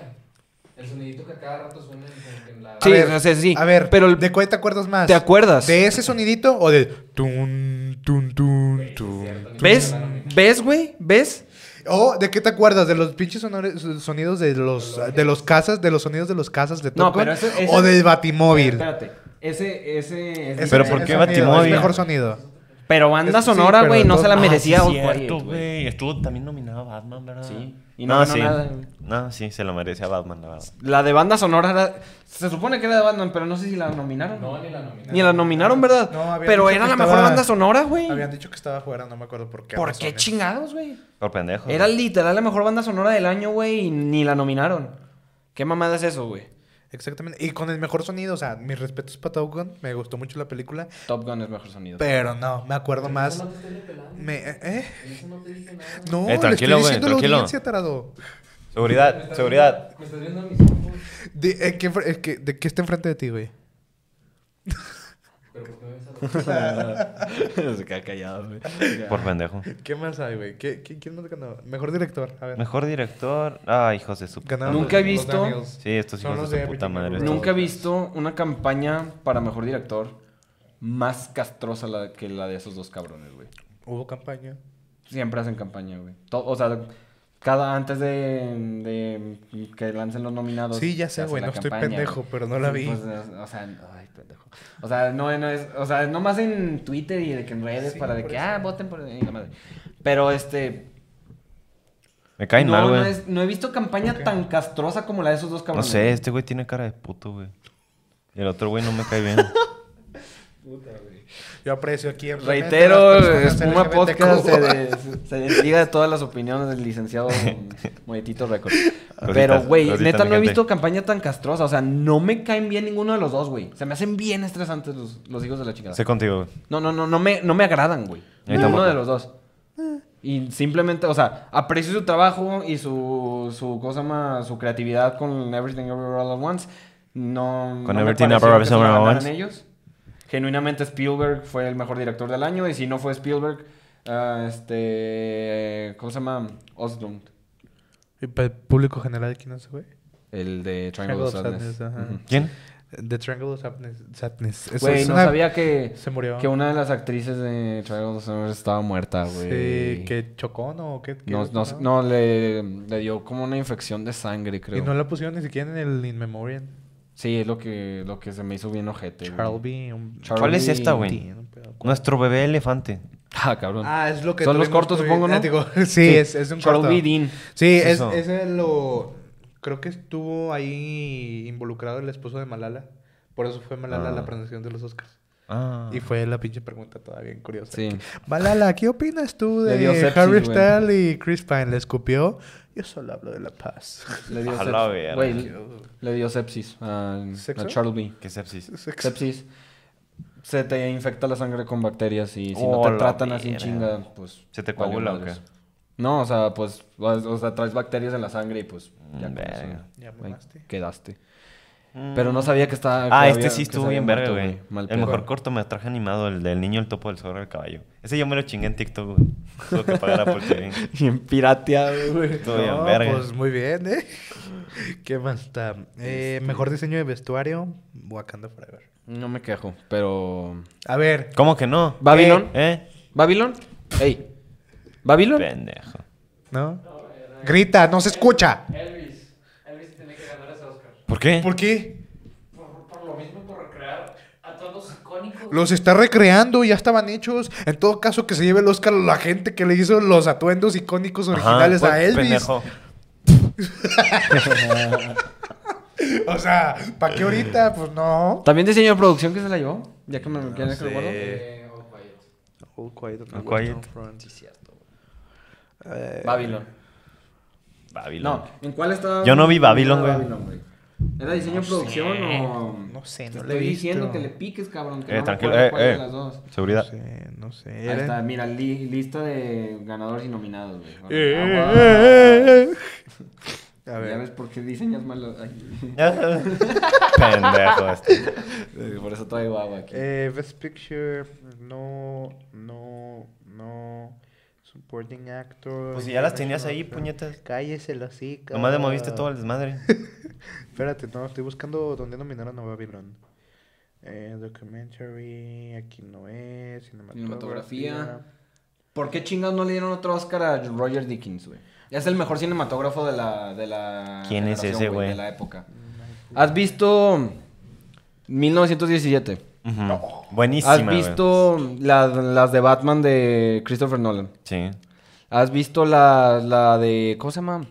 [SPEAKER 4] El sonidito que a cada rato suena en- como que en la...
[SPEAKER 3] Sí,
[SPEAKER 1] a ver,
[SPEAKER 3] o sea, sí,
[SPEAKER 1] A ver,
[SPEAKER 3] pero
[SPEAKER 1] pero
[SPEAKER 3] el-
[SPEAKER 1] ¿de cuál te acuerdas más?
[SPEAKER 3] ¿Te acuerdas?
[SPEAKER 1] ¿De ese sonidito o de tun, tun, tun, tun?
[SPEAKER 3] ¿Ves? ¿Ves, güey? ¿Ves?
[SPEAKER 1] ¿O Oh, de qué te acuerdas? ¿De los pinches sonores- sonidos de los, de los casas, de los sonidos de los casas de
[SPEAKER 3] No,
[SPEAKER 1] Tocón?
[SPEAKER 3] pero ese- ese-
[SPEAKER 1] ¿O del Batimóvil?
[SPEAKER 3] Espérate. Ese, ese.
[SPEAKER 1] Ese-
[SPEAKER 2] Pero
[SPEAKER 1] ese
[SPEAKER 2] ¿por qué
[SPEAKER 1] sonido,
[SPEAKER 2] Batimóvil?
[SPEAKER 1] Es mejor sonido.
[SPEAKER 3] Pero banda
[SPEAKER 1] Es- sí,
[SPEAKER 3] sonora,
[SPEAKER 1] pero
[SPEAKER 3] güey, no
[SPEAKER 1] entonces-
[SPEAKER 3] se la
[SPEAKER 2] Ah,
[SPEAKER 3] merecía
[SPEAKER 2] sí,
[SPEAKER 3] Old
[SPEAKER 2] cierto,
[SPEAKER 3] Quiet, güey.
[SPEAKER 2] güey. Estuvo también nominado a Batman, ¿verdad?
[SPEAKER 3] Sí. Y no ganó
[SPEAKER 2] sí.
[SPEAKER 3] nada, güey.
[SPEAKER 2] No, sí, se lo merecía Batman, la verdad.
[SPEAKER 3] La de banda sonora era. Se supone que era de Batman, pero no sé si la nominaron.
[SPEAKER 4] No, ni la nominaron.
[SPEAKER 3] Ni la nominaron, ¿verdad?
[SPEAKER 1] No, habían
[SPEAKER 3] pero
[SPEAKER 1] dicho que
[SPEAKER 3] era la
[SPEAKER 1] estaba-
[SPEAKER 3] mejor banda sonora, güey.
[SPEAKER 1] Habían dicho que estaba fuera, no me acuerdo por qué.
[SPEAKER 3] ¿Por qué
[SPEAKER 1] razones.
[SPEAKER 3] chingados, güey?
[SPEAKER 2] Por pendejo.
[SPEAKER 3] Era
[SPEAKER 2] güey.
[SPEAKER 3] literal la mejor banda sonora del año, güey, y ni la nominaron. ¿Qué mamada es eso, güey?
[SPEAKER 1] Exactamente. Y con el mejor sonido, o sea, mis respetos para Top Gun, me gustó mucho la película,
[SPEAKER 3] Top Gun es mejor sonido.
[SPEAKER 1] pero no, me acuerdo más.
[SPEAKER 4] Eso no te estoy repelando.
[SPEAKER 1] Me, ¿eh?
[SPEAKER 4] Eso no te dije nada.
[SPEAKER 1] No,
[SPEAKER 2] Eh,
[SPEAKER 1] le estoy
[SPEAKER 2] tranquilo,
[SPEAKER 1] diciendo
[SPEAKER 2] güey,
[SPEAKER 1] a la
[SPEAKER 2] tranquilo.
[SPEAKER 1] audiencia, tarado.
[SPEAKER 4] Me
[SPEAKER 2] Seguridad,
[SPEAKER 4] estás
[SPEAKER 2] seguridad.
[SPEAKER 4] viendo- Me estás viendo a mis ojos.
[SPEAKER 1] De, eh, ¿qué fue- eh, qué- ¿De qué está enfrente de ti, güey?
[SPEAKER 4] Pero ¿por qué me ves a los ojos?
[SPEAKER 3] Se queda callado, güey.
[SPEAKER 2] Por pendejo.
[SPEAKER 1] ¿Qué más hay, güey? ¿Qué, qué, quién más ganó? Mejor director, a ver.
[SPEAKER 2] Mejor director. Ay, hijos de su puta
[SPEAKER 1] Ganaron
[SPEAKER 3] Nunca he
[SPEAKER 1] los- los
[SPEAKER 3] visto-
[SPEAKER 1] Daniels.
[SPEAKER 2] Sí, estos
[SPEAKER 1] Son
[SPEAKER 2] hijos
[SPEAKER 1] los
[SPEAKER 2] de
[SPEAKER 1] de
[SPEAKER 2] su puta
[SPEAKER 1] Everything
[SPEAKER 2] madre.
[SPEAKER 1] Everywhere.
[SPEAKER 3] Nunca he visto una campaña para mejor director más castrosa la- que la de esos dos cabrones, güey.
[SPEAKER 1] Hubo campaña.
[SPEAKER 3] Siempre hacen campaña, güey. To- O sea, cada antes de, de que lancen los nominados.
[SPEAKER 1] Sí, ya
[SPEAKER 3] se
[SPEAKER 1] sé,
[SPEAKER 3] hace
[SPEAKER 1] güey,
[SPEAKER 3] la
[SPEAKER 1] no estoy
[SPEAKER 3] campaña,
[SPEAKER 1] pendejo,
[SPEAKER 3] güey.
[SPEAKER 1] pero no la vi.
[SPEAKER 3] Pues, o sea, ay, pendejo. O sea, no, no es, o sea, nomás en Twitter y de que en redes
[SPEAKER 1] Sí,
[SPEAKER 3] para de
[SPEAKER 1] por
[SPEAKER 3] que,
[SPEAKER 1] eso.
[SPEAKER 3] ah, voten por y la madre. Pero este
[SPEAKER 2] Me caen
[SPEAKER 3] no,
[SPEAKER 2] mal,
[SPEAKER 3] no,
[SPEAKER 2] güey.
[SPEAKER 3] es- no he visto campaña tan castrosa como la de esos dos
[SPEAKER 2] No
[SPEAKER 3] cabrones.
[SPEAKER 2] sé, este güey tiene cara de puto, güey. Y el otro güey no me cae bien.
[SPEAKER 1] Yo aprecio aquí.
[SPEAKER 3] Reitero, Espuma Podcast se, de- se desliga de todas las opiniones del licenciado Moetito Record. Pero,
[SPEAKER 2] Cositas,
[SPEAKER 3] güey,
[SPEAKER 2] cositas,
[SPEAKER 3] neta
[SPEAKER 2] mi
[SPEAKER 3] no he
[SPEAKER 2] gente.
[SPEAKER 3] visto campaña tan castrosa. O sea, no me caen bien ninguno de los dos, güey. Se me hacen bien estresantes los, los hijos de la chingada.
[SPEAKER 2] Sé contigo, güey.
[SPEAKER 3] No, no, no, no me, no me agradan, güey.
[SPEAKER 2] mí
[SPEAKER 3] Ninguno
[SPEAKER 2] tampoco.
[SPEAKER 3] de los dos. Y simplemente, o sea, aprecio su trabajo y su, su cosa más, su creatividad con Everything Everywhere All At Once. No,
[SPEAKER 2] Con
[SPEAKER 3] no me
[SPEAKER 2] Everything
[SPEAKER 3] pareció
[SPEAKER 2] Everywhere
[SPEAKER 3] que se lo
[SPEAKER 2] All At
[SPEAKER 3] ganaran
[SPEAKER 2] Once.
[SPEAKER 3] ellos. Genuinamente Spielberg fue el mejor director del año y si no fue Spielberg, ah, este, ¿cómo se llama? Oslund,
[SPEAKER 1] Y para el público general, ¿quién es, güey?
[SPEAKER 3] el de Triangle of Sadness.
[SPEAKER 1] ajá.
[SPEAKER 3] Ujú.
[SPEAKER 2] ¿Quién?
[SPEAKER 1] The Triangle of Sadness. sadness. Eso
[SPEAKER 3] Güey,
[SPEAKER 1] es
[SPEAKER 3] no
[SPEAKER 1] una-
[SPEAKER 3] sabía que,
[SPEAKER 1] Se murió.
[SPEAKER 3] que una de las actrices de Triangle of Sadness estaba muerta, güey.
[SPEAKER 1] Sí, que chocó, ¿no? ¿O ¿Qué, qué
[SPEAKER 3] No, no, no, le, le dio como una infección de sangre, creo.
[SPEAKER 1] Y no la pusieron ni siquiera en el In Memoriam.
[SPEAKER 3] Sí, es lo que, lo que se me hizo bien ojete. güey.
[SPEAKER 1] Charlie. un-
[SPEAKER 3] Charlie-
[SPEAKER 2] ¿Cuál es esta, güey?
[SPEAKER 1] Tin, un pedo.
[SPEAKER 2] Nuestro bebé elefante.
[SPEAKER 3] Ah, cabrón.
[SPEAKER 1] Ah, es lo que...
[SPEAKER 3] Son los
[SPEAKER 1] tuvimos
[SPEAKER 3] cortos,
[SPEAKER 1] muy-
[SPEAKER 3] supongo, ¿no?
[SPEAKER 1] eh, digo, sí, Es, es un
[SPEAKER 3] Charles
[SPEAKER 1] corto.
[SPEAKER 3] B. Dean.
[SPEAKER 1] Sí, es,
[SPEAKER 2] Eso.
[SPEAKER 1] ese lo... Creo que estuvo ahí involucrado el esposo de Malala. Por eso fue Malala
[SPEAKER 2] Ah.
[SPEAKER 1] la presentación de los Oscars.
[SPEAKER 2] Ah.
[SPEAKER 1] Y fue la pinche pregunta toda bien curiosa.
[SPEAKER 3] Sí.
[SPEAKER 1] Malala, ¿qué opinas tú
[SPEAKER 3] Le
[SPEAKER 1] de
[SPEAKER 3] dio sepsis,
[SPEAKER 1] Harry
[SPEAKER 3] güey.
[SPEAKER 1] Styles y Chris Pine? ¿Le escupió? Yo solo hablo de la paz.
[SPEAKER 3] Le dio
[SPEAKER 2] A la
[SPEAKER 3] sepsis.
[SPEAKER 2] verga.
[SPEAKER 3] Güey, le- le dio sepsis a,
[SPEAKER 1] ¿Sexo?
[SPEAKER 3] a Charles B.
[SPEAKER 2] ¿Qué sepsis?
[SPEAKER 3] Sepsis. Se te infecta la sangre con bacterias y si
[SPEAKER 2] Oh,
[SPEAKER 3] no te
[SPEAKER 2] la
[SPEAKER 3] tratan así en
[SPEAKER 2] verga.
[SPEAKER 3] chinga, pues...
[SPEAKER 2] ¿Se te
[SPEAKER 3] valió
[SPEAKER 2] coagula o
[SPEAKER 3] madres.
[SPEAKER 2] qué?
[SPEAKER 3] No, o sea, pues, vas- o sea, traes bacterias en la sangre y pues... Ya, con eso,
[SPEAKER 2] Mm, Verga.
[SPEAKER 1] Ya
[SPEAKER 3] güey,
[SPEAKER 1] mamaste.
[SPEAKER 3] quedaste.
[SPEAKER 1] Mm.
[SPEAKER 3] Pero no sabía que estaba... que
[SPEAKER 2] Ah,
[SPEAKER 3] había-
[SPEAKER 2] este sí
[SPEAKER 3] que
[SPEAKER 2] estuvo
[SPEAKER 3] se había
[SPEAKER 2] bien verga,
[SPEAKER 3] muerto,
[SPEAKER 2] güey.
[SPEAKER 3] Mal
[SPEAKER 2] El
[SPEAKER 3] pedo.
[SPEAKER 2] mejor cortometraje animado, el del niño, el topo, del zorro, el caballo. Ese yo me lo chingué en TikTok, güey. Tuve que pagar a Polterín.
[SPEAKER 3] Bien pirateado, güey.
[SPEAKER 2] Estuvo bien
[SPEAKER 1] No,
[SPEAKER 2] verga.
[SPEAKER 1] Pues muy bien, ¿eh? ¿Qué más está? Eh, Mejor diseño de vestuario, Wakanda Forever.
[SPEAKER 3] No me quejo, pero...
[SPEAKER 1] A ver,
[SPEAKER 2] ¿Cómo que no?
[SPEAKER 3] ¿Babilón?
[SPEAKER 2] ¿Eh?
[SPEAKER 3] ¿Babilón? Ey. ¿Babilón?
[SPEAKER 2] Pendejo.
[SPEAKER 1] ¿no? Grita, no se escucha.
[SPEAKER 4] Elvis. Elvis tiene que ganar ese Oscar.
[SPEAKER 2] ¿Por qué?
[SPEAKER 1] ¿Por qué?
[SPEAKER 4] Por, por lo mismo, por recrear a todos los icónicos.
[SPEAKER 1] Los está recreando, ya estaban hechos. En todo caso, que se lleve el Oscar la gente que le hizo los atuendos icónicos
[SPEAKER 2] Ajá,
[SPEAKER 1] originales a
[SPEAKER 2] pues,
[SPEAKER 1] Elvis.
[SPEAKER 2] Pendejo.
[SPEAKER 1] O sea, ¿para qué ahorita? Pues no.
[SPEAKER 3] ¿También diseño de producción que se la llevó? Ya que me quieren que lo guardo.
[SPEAKER 4] Eh, All Quiet.
[SPEAKER 1] All Quiet on
[SPEAKER 2] the All Quiet. Western
[SPEAKER 3] Babilón.
[SPEAKER 2] Babilón.
[SPEAKER 3] Eh, No, ¿en cuál estaba?
[SPEAKER 2] Yo no vi Babilón, güey.
[SPEAKER 3] ¿Era diseño de producción o.?
[SPEAKER 1] No sé,
[SPEAKER 3] Te
[SPEAKER 1] no le he
[SPEAKER 3] estoy diciendo
[SPEAKER 1] visto.
[SPEAKER 3] que le piques, cabrón. Que
[SPEAKER 2] Eh,
[SPEAKER 3] no me
[SPEAKER 2] tranquilo.
[SPEAKER 3] acuerdo
[SPEAKER 2] Eh,
[SPEAKER 3] cuál de las dos.
[SPEAKER 2] eh. Seguridad.
[SPEAKER 1] No sé, no sé.
[SPEAKER 3] Ahí
[SPEAKER 1] Era-
[SPEAKER 3] está, mira, li- lista de ganadores y nominados, güey. Bueno, aguas.
[SPEAKER 1] Eh, A
[SPEAKER 3] Ya
[SPEAKER 1] ver.
[SPEAKER 3] ves por qué diseñas mal. los- ay.
[SPEAKER 2] pendejo este.
[SPEAKER 3] Por eso traigo agua aquí.
[SPEAKER 1] Eh, best Picture, no, no, no. Supporting Actor.
[SPEAKER 2] Pues si ya las tenías ahí, puñetas.
[SPEAKER 1] Cállese el hocico.
[SPEAKER 2] Nomás le moviste todo el desmadre.
[SPEAKER 1] Espérate, no, estoy buscando dónde nominaron a Baby Blonde. Eh, documentary, aquí no es, cinematografía.
[SPEAKER 3] Cinematografía. ¿Por qué chingados no le dieron otro Oscar a Roger Dickens, güey? Es el mejor cinematógrafo de la. De la
[SPEAKER 2] ¿Quién es
[SPEAKER 3] generación,
[SPEAKER 2] ese, güey?
[SPEAKER 3] De la época. ¿Has visto. 1917?
[SPEAKER 2] Ujú.
[SPEAKER 1] No.
[SPEAKER 2] Buenísima.
[SPEAKER 3] ¿Has
[SPEAKER 2] güey.
[SPEAKER 3] visto la- las de Batman de Christopher Nolan?
[SPEAKER 2] Sí.
[SPEAKER 3] ¿Has visto la, la de. ¿Cómo se llama?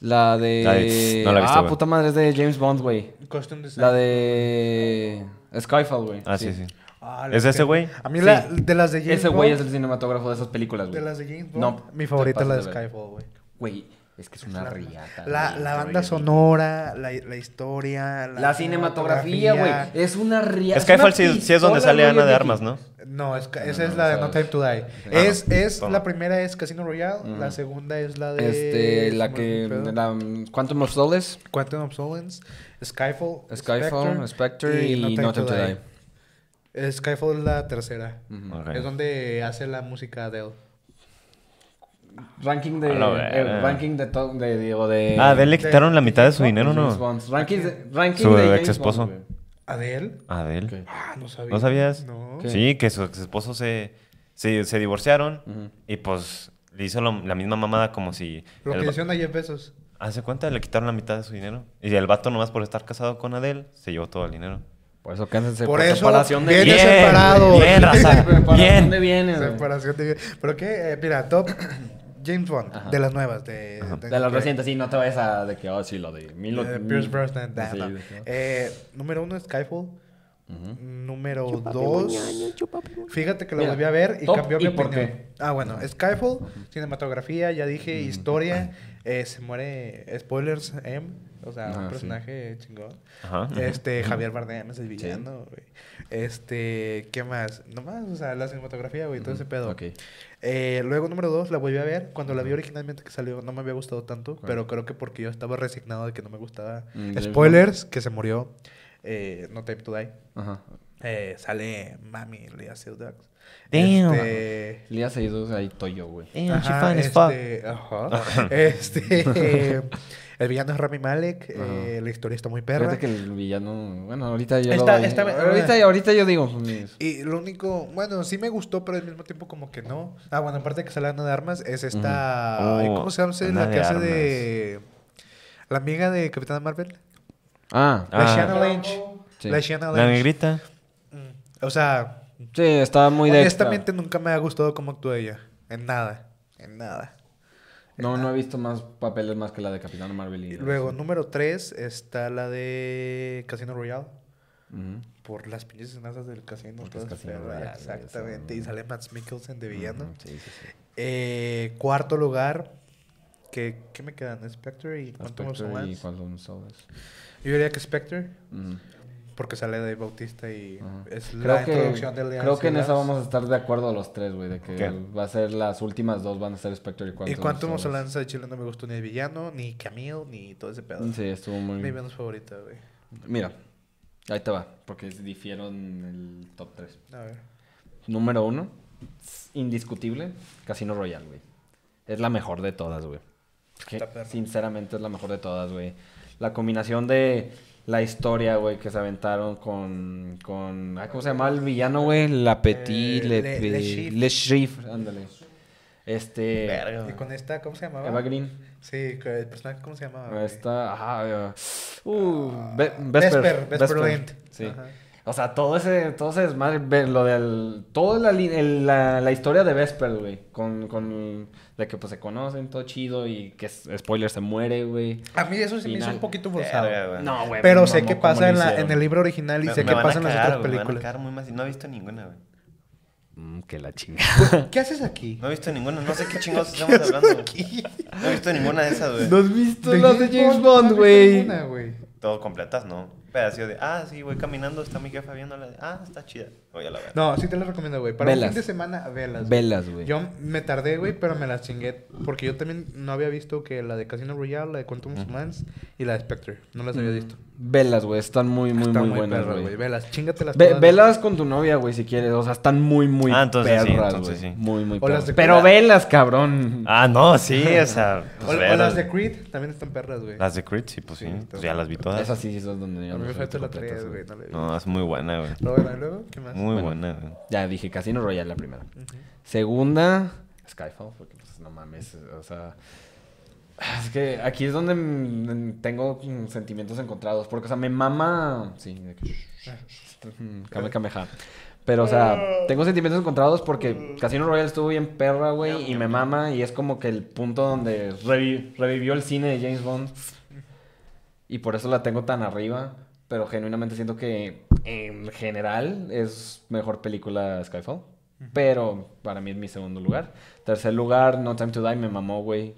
[SPEAKER 3] La de.
[SPEAKER 2] La de- no la he visto,
[SPEAKER 3] ah,
[SPEAKER 2] güey.
[SPEAKER 3] puta madre, es de James Bond, güey.
[SPEAKER 1] Costume design.
[SPEAKER 3] La de. Skyfall, güey.
[SPEAKER 2] Ah, sí, sí.
[SPEAKER 1] Ah, la
[SPEAKER 2] ¿Es
[SPEAKER 1] que-
[SPEAKER 2] ese güey?
[SPEAKER 1] A mí
[SPEAKER 3] Sí.
[SPEAKER 1] la, de las de James
[SPEAKER 3] Ese güey es
[SPEAKER 1] Bond-
[SPEAKER 3] el cinematógrafo de esas películas, güey.
[SPEAKER 1] De las de James Bond.
[SPEAKER 3] No,
[SPEAKER 1] Mi
[SPEAKER 3] te
[SPEAKER 1] favorita es la de
[SPEAKER 3] pasas de ver.
[SPEAKER 1] Skyfall, güey.
[SPEAKER 3] Güey, es que es una riata.
[SPEAKER 1] La,
[SPEAKER 3] güey,
[SPEAKER 1] la
[SPEAKER 3] este
[SPEAKER 1] banda
[SPEAKER 3] güey.
[SPEAKER 1] sonora, la, la historia.
[SPEAKER 3] La cinematografía, güey. Es una riata.
[SPEAKER 2] Skyfall sí, sí es donde sale Ana de Armas, ¿no?
[SPEAKER 1] No, es, ca-
[SPEAKER 3] No,
[SPEAKER 1] esa
[SPEAKER 3] no,
[SPEAKER 1] es
[SPEAKER 3] no
[SPEAKER 1] la de No Time
[SPEAKER 3] sabes.
[SPEAKER 1] to Die.
[SPEAKER 3] Sí.
[SPEAKER 1] es,
[SPEAKER 2] Ah,
[SPEAKER 1] es,
[SPEAKER 2] toma.
[SPEAKER 1] la primera es Casino Royale, la
[SPEAKER 3] Ujú.
[SPEAKER 1] segunda es la de...
[SPEAKER 3] Este, la
[SPEAKER 1] ¿cómo
[SPEAKER 3] que.
[SPEAKER 1] el pedo?
[SPEAKER 3] La, um, Quantum of Solace,
[SPEAKER 1] Quantum of Solace, Skyfall,
[SPEAKER 3] Skyfall, Spectre y No Time to Die. Mm,
[SPEAKER 1] Eh, Skyfall es la tercera.
[SPEAKER 3] Ujú.
[SPEAKER 2] Ok.
[SPEAKER 1] Es donde hace la música Adele.
[SPEAKER 3] Ranking de.
[SPEAKER 2] A la
[SPEAKER 3] eh,
[SPEAKER 2] verga.
[SPEAKER 3] ranking de. to- de, digo, de
[SPEAKER 2] Ah, de él le
[SPEAKER 1] de-
[SPEAKER 2] quitaron la mitad de su
[SPEAKER 1] de
[SPEAKER 2] dinero,
[SPEAKER 3] James
[SPEAKER 2] ¿no?
[SPEAKER 3] Bond. Ranking de. Ranking
[SPEAKER 2] Su
[SPEAKER 3] de James
[SPEAKER 2] exesposo.
[SPEAKER 3] Bond, güey.
[SPEAKER 1] ¿Adele?
[SPEAKER 2] Ah, de él.
[SPEAKER 1] Ah, no sabía.
[SPEAKER 2] ¿No sabías?
[SPEAKER 1] No.
[SPEAKER 3] ¿Qué?
[SPEAKER 2] Sí, que su ex esposo se, se, se divorciaron
[SPEAKER 3] Ujú.
[SPEAKER 2] y pues le hizo lo- la misma mamada como si...
[SPEAKER 1] Lo
[SPEAKER 2] el
[SPEAKER 1] que
[SPEAKER 2] va-
[SPEAKER 1] hicieron a Jeff Bezos.
[SPEAKER 2] ¿Hace cuenta? Le quitaron la mitad de su dinero. Y el vato nomás por estar casado con Adele se llevó todo el dinero.
[SPEAKER 3] Por eso cánsense
[SPEAKER 1] Por eso,
[SPEAKER 3] separación de
[SPEAKER 1] Viene
[SPEAKER 2] bien,
[SPEAKER 1] separado.
[SPEAKER 2] Bien, raza.
[SPEAKER 3] Separación
[SPEAKER 2] bien.
[SPEAKER 3] de bienes, güey.
[SPEAKER 1] Separación de... ¿Pero qué? Eh, mira, top James Bond,
[SPEAKER 3] Ajá.
[SPEAKER 1] de las nuevas. De,
[SPEAKER 3] De las
[SPEAKER 1] que-
[SPEAKER 3] recientes, sí, no te vayas a de que, oh, sí, lo de mil...
[SPEAKER 1] eh, Pierce Brosnan. nah,
[SPEAKER 3] Sí,
[SPEAKER 1] no.
[SPEAKER 3] de que-
[SPEAKER 1] Eh, número uno, Skyfall.
[SPEAKER 3] Ujú.
[SPEAKER 1] Número
[SPEAKER 5] Chúpame,
[SPEAKER 1] dos...
[SPEAKER 5] moñaño, chúpame, moñaño.
[SPEAKER 1] Fíjate que la
[SPEAKER 3] Mira,
[SPEAKER 1] volví a ver y
[SPEAKER 3] top
[SPEAKER 1] cambió mi
[SPEAKER 3] y por
[SPEAKER 1] opinión. Ah, bueno, Skyfall, cinematografía, ya dije, historia, eh, se muere, spoilers, M, o sea,
[SPEAKER 3] Ah,
[SPEAKER 1] un
[SPEAKER 3] sí. Ah,
[SPEAKER 1] personaje chingón.
[SPEAKER 2] Ajá.
[SPEAKER 1] Este, Javier Bardem es el villano, güey. Este, ¿qué más? Nomás, o sea, la cinematografía, güey, todo ese pedo.
[SPEAKER 3] Ok.
[SPEAKER 1] Eh, luego, número dos, la volví a ver. Cuando la vi originalmente que salió, no me había gustado tanto, pero creo que porque yo estaba resignado de que no me gustaba.
[SPEAKER 3] Mm, James
[SPEAKER 1] Spoilers, que se murió. Eh, no Time to Die.
[SPEAKER 3] Ajá.
[SPEAKER 1] Eh, sale Mami, le hace Ducks.
[SPEAKER 2] Damn.
[SPEAKER 1] Este,
[SPEAKER 3] Lía 62, ahí estoy yo, güey.
[SPEAKER 2] Damn, she
[SPEAKER 1] Ajá,
[SPEAKER 2] fine as fuck.
[SPEAKER 1] este, ajá. Este, eh, el villano es Rami Malek. eh, la historia está muy perra.
[SPEAKER 3] Fíjate que el villano... Bueno, ahorita yo
[SPEAKER 1] Está-
[SPEAKER 3] lo...
[SPEAKER 1] está-
[SPEAKER 3] ahorita, ahorita yo digo... pues,
[SPEAKER 1] Y lo único, bueno, sí me gustó, pero al mismo tiempo como que no. Ah, bueno, aparte de que sale Ana de Armas, es esta...
[SPEAKER 2] Ujú.
[SPEAKER 1] ay,
[SPEAKER 2] Oh,
[SPEAKER 1] ¿Cómo se llama?
[SPEAKER 2] Ana
[SPEAKER 1] La que
[SPEAKER 2] de
[SPEAKER 1] hace de... La amiga de Capitana Marvel.
[SPEAKER 3] Ah,
[SPEAKER 1] La
[SPEAKER 2] Ah.
[SPEAKER 1] Shanna Lynch.
[SPEAKER 3] sí.
[SPEAKER 1] La Shanna
[SPEAKER 2] La
[SPEAKER 1] Lynch.
[SPEAKER 2] negrita.
[SPEAKER 1] Mm. O sea,
[SPEAKER 3] Sí, estaba muy de extra.
[SPEAKER 1] honestamente nunca me ha gustado cómo actúa ella. En nada. En nada.
[SPEAKER 3] No, no he visto más papeles más que la de Capitán Marvel y...
[SPEAKER 1] ah. Y luego, número 3 está la de Casino Royale.
[SPEAKER 3] Ujú.
[SPEAKER 1] Por las pinches escenas del casino.
[SPEAKER 3] Porque es
[SPEAKER 1] todas
[SPEAKER 3] Casino
[SPEAKER 1] feas,
[SPEAKER 3] Royale,
[SPEAKER 1] Exactamente.
[SPEAKER 3] eso.
[SPEAKER 1] Y sale Max Mikkelsen de villano.
[SPEAKER 3] Ujú, Sí, sí, sí.
[SPEAKER 1] Eh, cuarto lugar. ¿Qué, qué me quedan? ¿Spectre y Quantum of
[SPEAKER 3] Ah, Spectre y
[SPEAKER 1] Solace?
[SPEAKER 3] Quantum Solace.
[SPEAKER 1] Yo diría que Spectre,
[SPEAKER 3] Ujú.
[SPEAKER 1] porque sale de Bautista y
[SPEAKER 3] Ajá.
[SPEAKER 1] es
[SPEAKER 3] creo
[SPEAKER 1] la introducción de
[SPEAKER 3] que,
[SPEAKER 1] Leon
[SPEAKER 3] creo que en
[SPEAKER 1] Silas.
[SPEAKER 3] esa vamos a estar de acuerdo los tres, güey, de que
[SPEAKER 2] ¿Qué?
[SPEAKER 3] va a ser las últimas dos van a ser Spectre y Quantum.
[SPEAKER 1] Y Quantum of
[SPEAKER 3] of Solace.
[SPEAKER 1] Solace de Chile no me gustó ni el villano, ni Camille, ni todo ese pedo.
[SPEAKER 3] Sí, estuvo
[SPEAKER 1] Mi
[SPEAKER 3] muy
[SPEAKER 1] villano es favorito, güey.
[SPEAKER 3] Mira. Ahí te va, porque difieron el top 3.
[SPEAKER 1] A ver.
[SPEAKER 3] Número uno, indiscutible, Casino Royale, güey. Es la mejor de todas, güey. Que,
[SPEAKER 1] Está perra.
[SPEAKER 3] sinceramente es la mejor de todas, güey. La combinación de la historia, güey, que se aventaron con... con ah, ¿Cómo se llama el villano, güey? La Petit,
[SPEAKER 1] Eh,
[SPEAKER 3] Le,
[SPEAKER 1] Le-
[SPEAKER 3] Pe-
[SPEAKER 1] Le Chiffre.
[SPEAKER 3] Le Chiffre, ándale. Este...
[SPEAKER 1] Y con esta, ¿cómo se llamaba?
[SPEAKER 3] Eva Green.
[SPEAKER 1] Sí, que el personaje, ¿cómo se llamaba? güey?
[SPEAKER 3] Esta... Ajá, uh, Ve-
[SPEAKER 1] Ah, Vesper,
[SPEAKER 3] Vesper.
[SPEAKER 1] Vesper Lent.
[SPEAKER 3] Sí.
[SPEAKER 1] Ajá.
[SPEAKER 3] O sea, todo ese, todo ese desmadre, ve- lo del, toda la, li- el- la, la historia de Vesper, güey, con, con, de que pues se conocen, todo chido y que, s- spoiler, se muere, güey.
[SPEAKER 1] A mí eso se me hizo
[SPEAKER 3] Final.
[SPEAKER 1] un
[SPEAKER 2] Eh,
[SPEAKER 1] poquito forzado.
[SPEAKER 2] Verga, güey.
[SPEAKER 3] No, güey.
[SPEAKER 1] Pero
[SPEAKER 3] me
[SPEAKER 1] sé
[SPEAKER 3] mamó
[SPEAKER 1] que
[SPEAKER 3] cómo
[SPEAKER 1] pasa
[SPEAKER 3] lo
[SPEAKER 1] en, la,
[SPEAKER 3] hicieron.
[SPEAKER 1] en el libro original y
[SPEAKER 2] Me-
[SPEAKER 1] sé
[SPEAKER 2] me
[SPEAKER 1] que
[SPEAKER 2] van a
[SPEAKER 1] pasa en las
[SPEAKER 2] cagar,
[SPEAKER 1] otras
[SPEAKER 2] güey, me van a
[SPEAKER 1] películas.
[SPEAKER 2] cagar muy más- No he visto ninguna, güey.
[SPEAKER 3] Mm, que la chingada.
[SPEAKER 1] ¿Qué haces aquí?
[SPEAKER 2] No he visto ninguna. No sé qué chingados estamos hablando. güey. No he visto ninguna de esas, güey.
[SPEAKER 3] has visto
[SPEAKER 1] De James Bond, no has visto ninguna, güey.
[SPEAKER 2] Todo completas, no. pedacito de, ah, sí, voy caminando, está mi jefa viéndola, ah, está chida. Voy a la verga.
[SPEAKER 1] No, sí te lo recomiendo, güey. Para
[SPEAKER 3] Velas.
[SPEAKER 1] un fin de semana, velas. güey.
[SPEAKER 3] Velas, güey.
[SPEAKER 1] Yo me tardé, güey, pero me las chingué. Porque yo también no había visto que la de Casino Royale, la de Quantum of Mans y la de Spectre. No las había visto.
[SPEAKER 3] Velas, güey. Están muy, muy,
[SPEAKER 1] Están
[SPEAKER 3] Mm. muy, buenas,
[SPEAKER 1] perras,
[SPEAKER 3] güey.
[SPEAKER 1] Velas, chingatelas
[SPEAKER 3] Ve-
[SPEAKER 1] todas.
[SPEAKER 3] velas con tu novia, güey, si quieres. O sea, están muy, muy
[SPEAKER 2] Ah, entonces sí,
[SPEAKER 3] perras,
[SPEAKER 2] entonces
[SPEAKER 3] güey.
[SPEAKER 2] sí.
[SPEAKER 3] Muy, muy
[SPEAKER 1] O las
[SPEAKER 3] perras.
[SPEAKER 1] de-
[SPEAKER 3] Pero velas, cabrón.
[SPEAKER 2] Ah, no, sí, o sea.
[SPEAKER 1] O,
[SPEAKER 2] pues,
[SPEAKER 1] o
[SPEAKER 2] velas.
[SPEAKER 1] las de Creed también están perras, güey.
[SPEAKER 2] Las de Creed, sí, pues sí.
[SPEAKER 1] Sí,
[SPEAKER 2] pues ya las vi todas.
[SPEAKER 3] Esas sí, esas donde
[SPEAKER 1] A
[SPEAKER 3] yo
[SPEAKER 1] mí
[SPEAKER 3] no
[SPEAKER 1] me
[SPEAKER 3] soy
[SPEAKER 1] falta la
[SPEAKER 3] completa,
[SPEAKER 1] 3,
[SPEAKER 3] güey.
[SPEAKER 1] güey. No la he visto.
[SPEAKER 2] No, es muy buena, güey.
[SPEAKER 1] Luego, bueno, ¿y luego? ¿Qué más?
[SPEAKER 2] Muy
[SPEAKER 3] Bueno.
[SPEAKER 2] buena, güey.
[SPEAKER 3] Ya dije, Casino Royale la primera. Segunda, Skyfall, porque pues no mames, o sea... Es que aquí es donde mm, tengo mm, sentimientos encontrados, porque o sea, me mama... Sí, de que... Mm, Kame Kameha. Pero, o sea, tengo sentimientos encontrados porque Casino Royale estuvo bien perra, güey, y me mama, y es como que el punto donde revi- revivió el cine de James Bond. Y por eso la tengo tan arriba, pero genuinamente siento que en general es mejor película Skyfall. Pero para mí es mi segundo lugar. Tercer lugar, No Time to Die, me mamó, güey.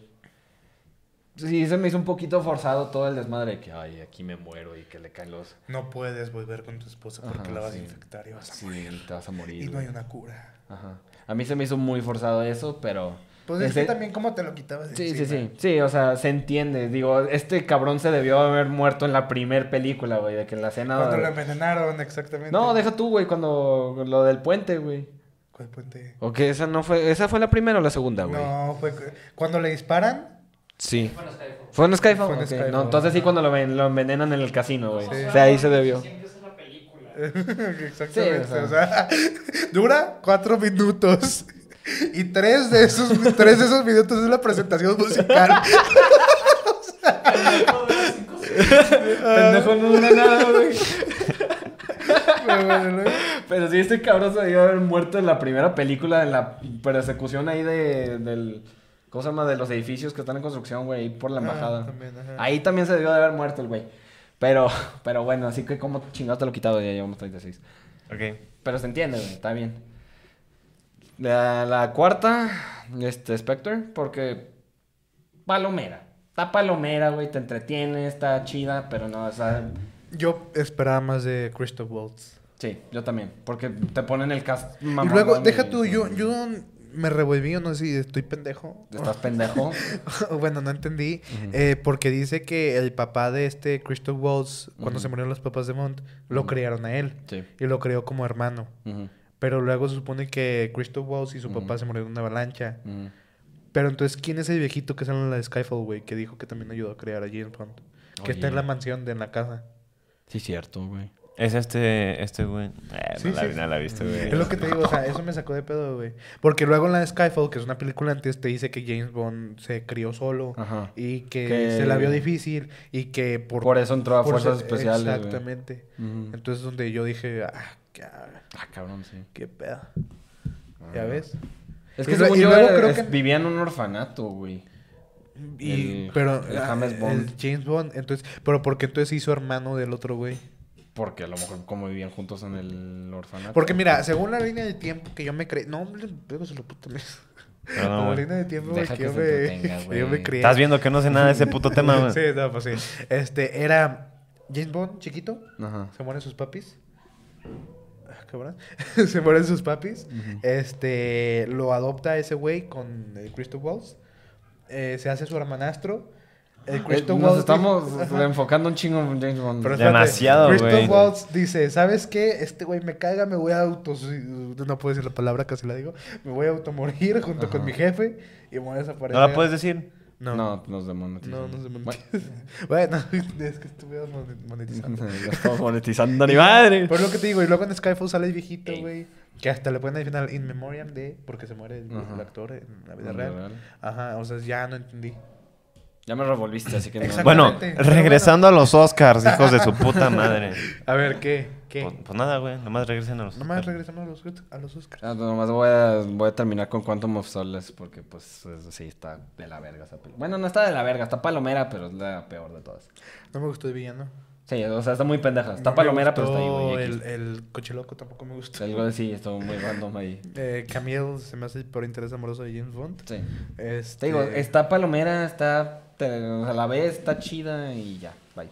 [SPEAKER 3] Sí, se me hizo un poquito forzado todo el desmadre de que, ay, aquí me muero y que le caen los...
[SPEAKER 1] No puedes volver con tu esposa porque
[SPEAKER 3] Ajá,
[SPEAKER 1] la vas
[SPEAKER 3] sí.
[SPEAKER 1] a infectar y vas a
[SPEAKER 3] Sí,
[SPEAKER 1] morir.
[SPEAKER 3] te vas a morir.
[SPEAKER 1] Y no hay
[SPEAKER 3] güey.
[SPEAKER 1] una cura.
[SPEAKER 3] Ajá. A mí se me hizo muy forzado eso, pero...
[SPEAKER 1] Pues es que
[SPEAKER 3] ese-
[SPEAKER 1] también cómo te lo quitabas de
[SPEAKER 3] Sí, sí,
[SPEAKER 1] encima.
[SPEAKER 3] sí. Sí, o sea, se entiende. Digo, este cabrón se debió haber muerto en la primer película, güey, de que en la escena...
[SPEAKER 1] Cuando
[SPEAKER 3] de-
[SPEAKER 1] lo envenenaron, exactamente.
[SPEAKER 3] Ah, No, deja tú, güey, cuando lo del puente, güey.
[SPEAKER 1] ¿Cuál puente?
[SPEAKER 3] O que esa no fue, esa fue la primera o la segunda, Ah, güey.
[SPEAKER 1] No, fue cu- cuando le disparan.
[SPEAKER 3] Sí.
[SPEAKER 4] Bueno, Skyfall.
[SPEAKER 3] Fue en Skyfall.
[SPEAKER 1] Fue en
[SPEAKER 3] ok.
[SPEAKER 1] Skyfall.
[SPEAKER 3] No, entonces sí cuando lo, ven- lo envenenan en el casino, güey.
[SPEAKER 4] O sea,
[SPEAKER 3] O sea, ahí se debió.
[SPEAKER 4] Siempre es la película.
[SPEAKER 1] exactamente.
[SPEAKER 3] Sí, o sea.
[SPEAKER 1] o sea, dura cuatro minutos. Y tres de esos, tres de esos minutos es la presentación musical.
[SPEAKER 4] Todo dura cinco segundos.
[SPEAKER 3] Pendejo no dura nada, güey.
[SPEAKER 1] Pero bueno, luego-
[SPEAKER 3] Pero sí, este cabrón se debió haber muerto en la primera película, en la persecución ahí de, del... ¿Cómo se llama? De los edificios que están en construcción, güey, ahí por la
[SPEAKER 1] Ah,
[SPEAKER 3] embajada.
[SPEAKER 1] también, ajá.
[SPEAKER 3] ahí también se debió de haber muerto el güey. Pero, pero bueno, así que como chingado te lo he quitado, ya llevamos 36.
[SPEAKER 2] Ok.
[SPEAKER 3] Pero se entiende, güey, está bien. La, la cuarta, este, Spectre, porque palomera. Está palomera, güey, te entretiene, está chida, pero no, o sea,
[SPEAKER 1] Yo esperaba más de Christoph Waltz.
[SPEAKER 3] sí, yo también, porque te ponen el cast
[SPEAKER 1] y
[SPEAKER 3] mamadón
[SPEAKER 1] luego, deja
[SPEAKER 3] y-
[SPEAKER 1] tú, yo, yo me revolví, yo no sé si estoy pendejo.
[SPEAKER 3] Estás pendejo.
[SPEAKER 1] bueno, no entendí. eh, porque dice que el papá de este Christoph Waltz, cuando se murieron los papás de Mont, lo criaron a él.
[SPEAKER 3] Sí.
[SPEAKER 1] Y lo crió como hermano.
[SPEAKER 3] Ujú,
[SPEAKER 1] Pero luego se supone que Christoph Waltz y su papá se murieron en una avalancha.
[SPEAKER 3] ujú.
[SPEAKER 1] Pero entonces, ¿quién es el viejito que sale en la de Skyfall, güey? Que dijo que también ayudó a crear a James Bond. Que está en la
[SPEAKER 3] Oye.
[SPEAKER 1] mansión de en la casa.
[SPEAKER 3] Sí, cierto, güey.
[SPEAKER 2] Es este, este güey. Eh,
[SPEAKER 1] Sí,
[SPEAKER 2] no, la,
[SPEAKER 1] sí,
[SPEAKER 2] vi-
[SPEAKER 1] sí.
[SPEAKER 2] no la viste, güey.
[SPEAKER 1] Es lo que te digo, o sea, eso me sacó de pedo, güey. Porque luego en la de Skyfall, que es una película antes, te dice que James Bond se crió solo
[SPEAKER 3] Ajá.
[SPEAKER 1] y que,
[SPEAKER 3] Que-
[SPEAKER 1] se la vio difícil y que por...
[SPEAKER 3] Por eso entró a
[SPEAKER 1] por
[SPEAKER 3] fuerzas
[SPEAKER 1] ser-
[SPEAKER 3] especiales, güey.
[SPEAKER 1] Exactamente.
[SPEAKER 3] Ujú.
[SPEAKER 1] Entonces donde yo dije, ah, qué,
[SPEAKER 3] Ah, cabrón, sí. Ah.
[SPEAKER 1] qué pedo. ¿Ya ves?
[SPEAKER 3] Es
[SPEAKER 1] Y
[SPEAKER 3] que
[SPEAKER 1] lo-
[SPEAKER 3] según
[SPEAKER 1] y
[SPEAKER 3] yo,
[SPEAKER 1] luego
[SPEAKER 3] era-
[SPEAKER 1] creo
[SPEAKER 3] es-
[SPEAKER 1] que-
[SPEAKER 3] vivía en un orfanato, güey.
[SPEAKER 1] Y,
[SPEAKER 3] El-
[SPEAKER 1] pero
[SPEAKER 3] el
[SPEAKER 1] ah,
[SPEAKER 3] James Bond.
[SPEAKER 1] el James Bond, entonces, pero porque entonces se hizo hermano del otro güey.
[SPEAKER 3] Porque a lo mejor como vivían juntos en el orfanato.
[SPEAKER 1] Porque mira, según la línea de tiempo que yo me creí, no, hombre, pego se lo puto mes.
[SPEAKER 2] Pero no,
[SPEAKER 1] la
[SPEAKER 2] güey.
[SPEAKER 1] línea de tiempo güey,
[SPEAKER 3] Deja
[SPEAKER 1] que,
[SPEAKER 3] que
[SPEAKER 1] yo
[SPEAKER 3] se entretenga,
[SPEAKER 1] me, que yo
[SPEAKER 3] güey.
[SPEAKER 1] me creí.
[SPEAKER 2] Estás viendo que no sé nada de ese puto tema, güey.
[SPEAKER 1] Sí, no, pues sí. Este, era James Bond, chiquito.
[SPEAKER 3] Ajá.
[SPEAKER 1] Se mueren sus papis. Ah, Cabrón. se mueren sus papis. Este, lo adopta ese güey con el Christoph Waltz. Eh, se hace su hermanastro. El
[SPEAKER 3] Eh,
[SPEAKER 1] Christoph
[SPEAKER 3] Nos
[SPEAKER 1] Waltz-
[SPEAKER 3] estamos
[SPEAKER 1] Ajá.
[SPEAKER 3] enfocando un chingo en James Bond.
[SPEAKER 1] Pero espérate,
[SPEAKER 2] Ya- Demasiado, güey.
[SPEAKER 1] Christoph Waltz dice, ¿sabes qué? Este güey me caga, me voy a auto... No puedo decir la palabra, casi la digo. Me voy a automorir junto
[SPEAKER 3] Ajá.
[SPEAKER 1] con mi jefe y me voy a desaparecer.
[SPEAKER 2] ¿No la puedes decir?
[SPEAKER 1] No, no,
[SPEAKER 3] No, nos demonetizan.
[SPEAKER 1] no, se me Bueno, es que estuvimos monetizando.
[SPEAKER 3] Ya estamos monetizando ni
[SPEAKER 2] Pues,
[SPEAKER 3] madre.
[SPEAKER 1] Por lo que te digo, y luego en Skyfall sale el viejito, güey. Que hasta le ponen al final In Memoriam de... Porque se muere el,
[SPEAKER 3] Ajá.
[SPEAKER 1] el actor en la vida
[SPEAKER 3] En
[SPEAKER 1] real.
[SPEAKER 3] real.
[SPEAKER 1] Ajá, o sea, ya no entendí.
[SPEAKER 3] Ya me revolviste, así que no.
[SPEAKER 1] Exacto.
[SPEAKER 2] Bueno,
[SPEAKER 1] Exactamente, pero
[SPEAKER 2] regresando a los Oscars, hijos de su puta madre.
[SPEAKER 1] A ver, ¿qué? ¿Qué?
[SPEAKER 2] Pues, pues nada, güey. Nomás regresen a los
[SPEAKER 1] Nomás
[SPEAKER 2] Oscars.
[SPEAKER 1] regresamos a los, a los Oscars.
[SPEAKER 3] Ah, nomás voy a, voy a terminar con Quantum of Solace porque pues es- sí está de la verga esa película. Bueno, no está de la verga, está palomera, pero es la peor de todas.
[SPEAKER 1] No me gustó el villano.
[SPEAKER 3] Sí, o sea, está muy pendeja. Está
[SPEAKER 1] No me
[SPEAKER 3] palomera, pero está ahí,
[SPEAKER 1] gustó
[SPEAKER 3] güey.
[SPEAKER 1] El,
[SPEAKER 3] X.
[SPEAKER 1] el coche loco tampoco me gustó.
[SPEAKER 3] Algo sí, estuvo muy random ahí.
[SPEAKER 1] Eh, Camille se me hace por interés amoroso de James Bond.
[SPEAKER 3] Sí.
[SPEAKER 1] Este...
[SPEAKER 3] Te digo, está palomera, está. te- o sea, la ves, está chida y ya. Bye.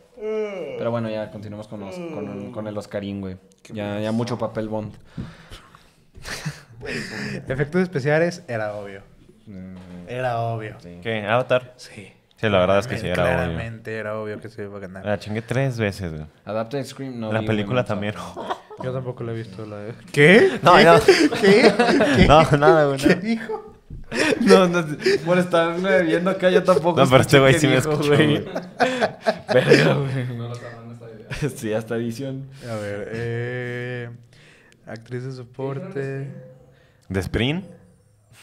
[SPEAKER 3] Pero bueno, ya continuamos con, los- con, con el Oscarín, güey. Ya, ya mucho papel Bond.
[SPEAKER 1] Efectos especiales era obvio.
[SPEAKER 3] Eh,
[SPEAKER 1] Era obvio. Sí.
[SPEAKER 2] ¿Qué? ¿Avatar? Sí, la verdad es que sí, era obvio.
[SPEAKER 1] Claramente era obvio que se iba a ganar.
[SPEAKER 2] La chingué tres veces, güey.
[SPEAKER 3] Adapted Scream, no.
[SPEAKER 2] la
[SPEAKER 3] vi, güey,
[SPEAKER 2] película
[SPEAKER 3] no.
[SPEAKER 2] también.
[SPEAKER 1] Yo tampoco la he visto. La de... ¿Qué?
[SPEAKER 2] No, no.
[SPEAKER 1] ¿Qué? ¿Qué?
[SPEAKER 2] No, nada, güey.
[SPEAKER 1] ¿Qué
[SPEAKER 2] nada.
[SPEAKER 1] dijo?
[SPEAKER 3] No, no, por estarme viendo acá yo tampoco.
[SPEAKER 2] No, pero este
[SPEAKER 3] escuché
[SPEAKER 2] güey
[SPEAKER 3] qué
[SPEAKER 2] sí me
[SPEAKER 3] dijo,
[SPEAKER 2] escuchó,
[SPEAKER 3] güey.
[SPEAKER 2] güey.
[SPEAKER 3] Verga, güey.
[SPEAKER 4] No lo sabrán esta idea.
[SPEAKER 3] Sí, hasta edición.
[SPEAKER 1] A ver, eh... Actriz de soporte.
[SPEAKER 2] ¿De Sprint?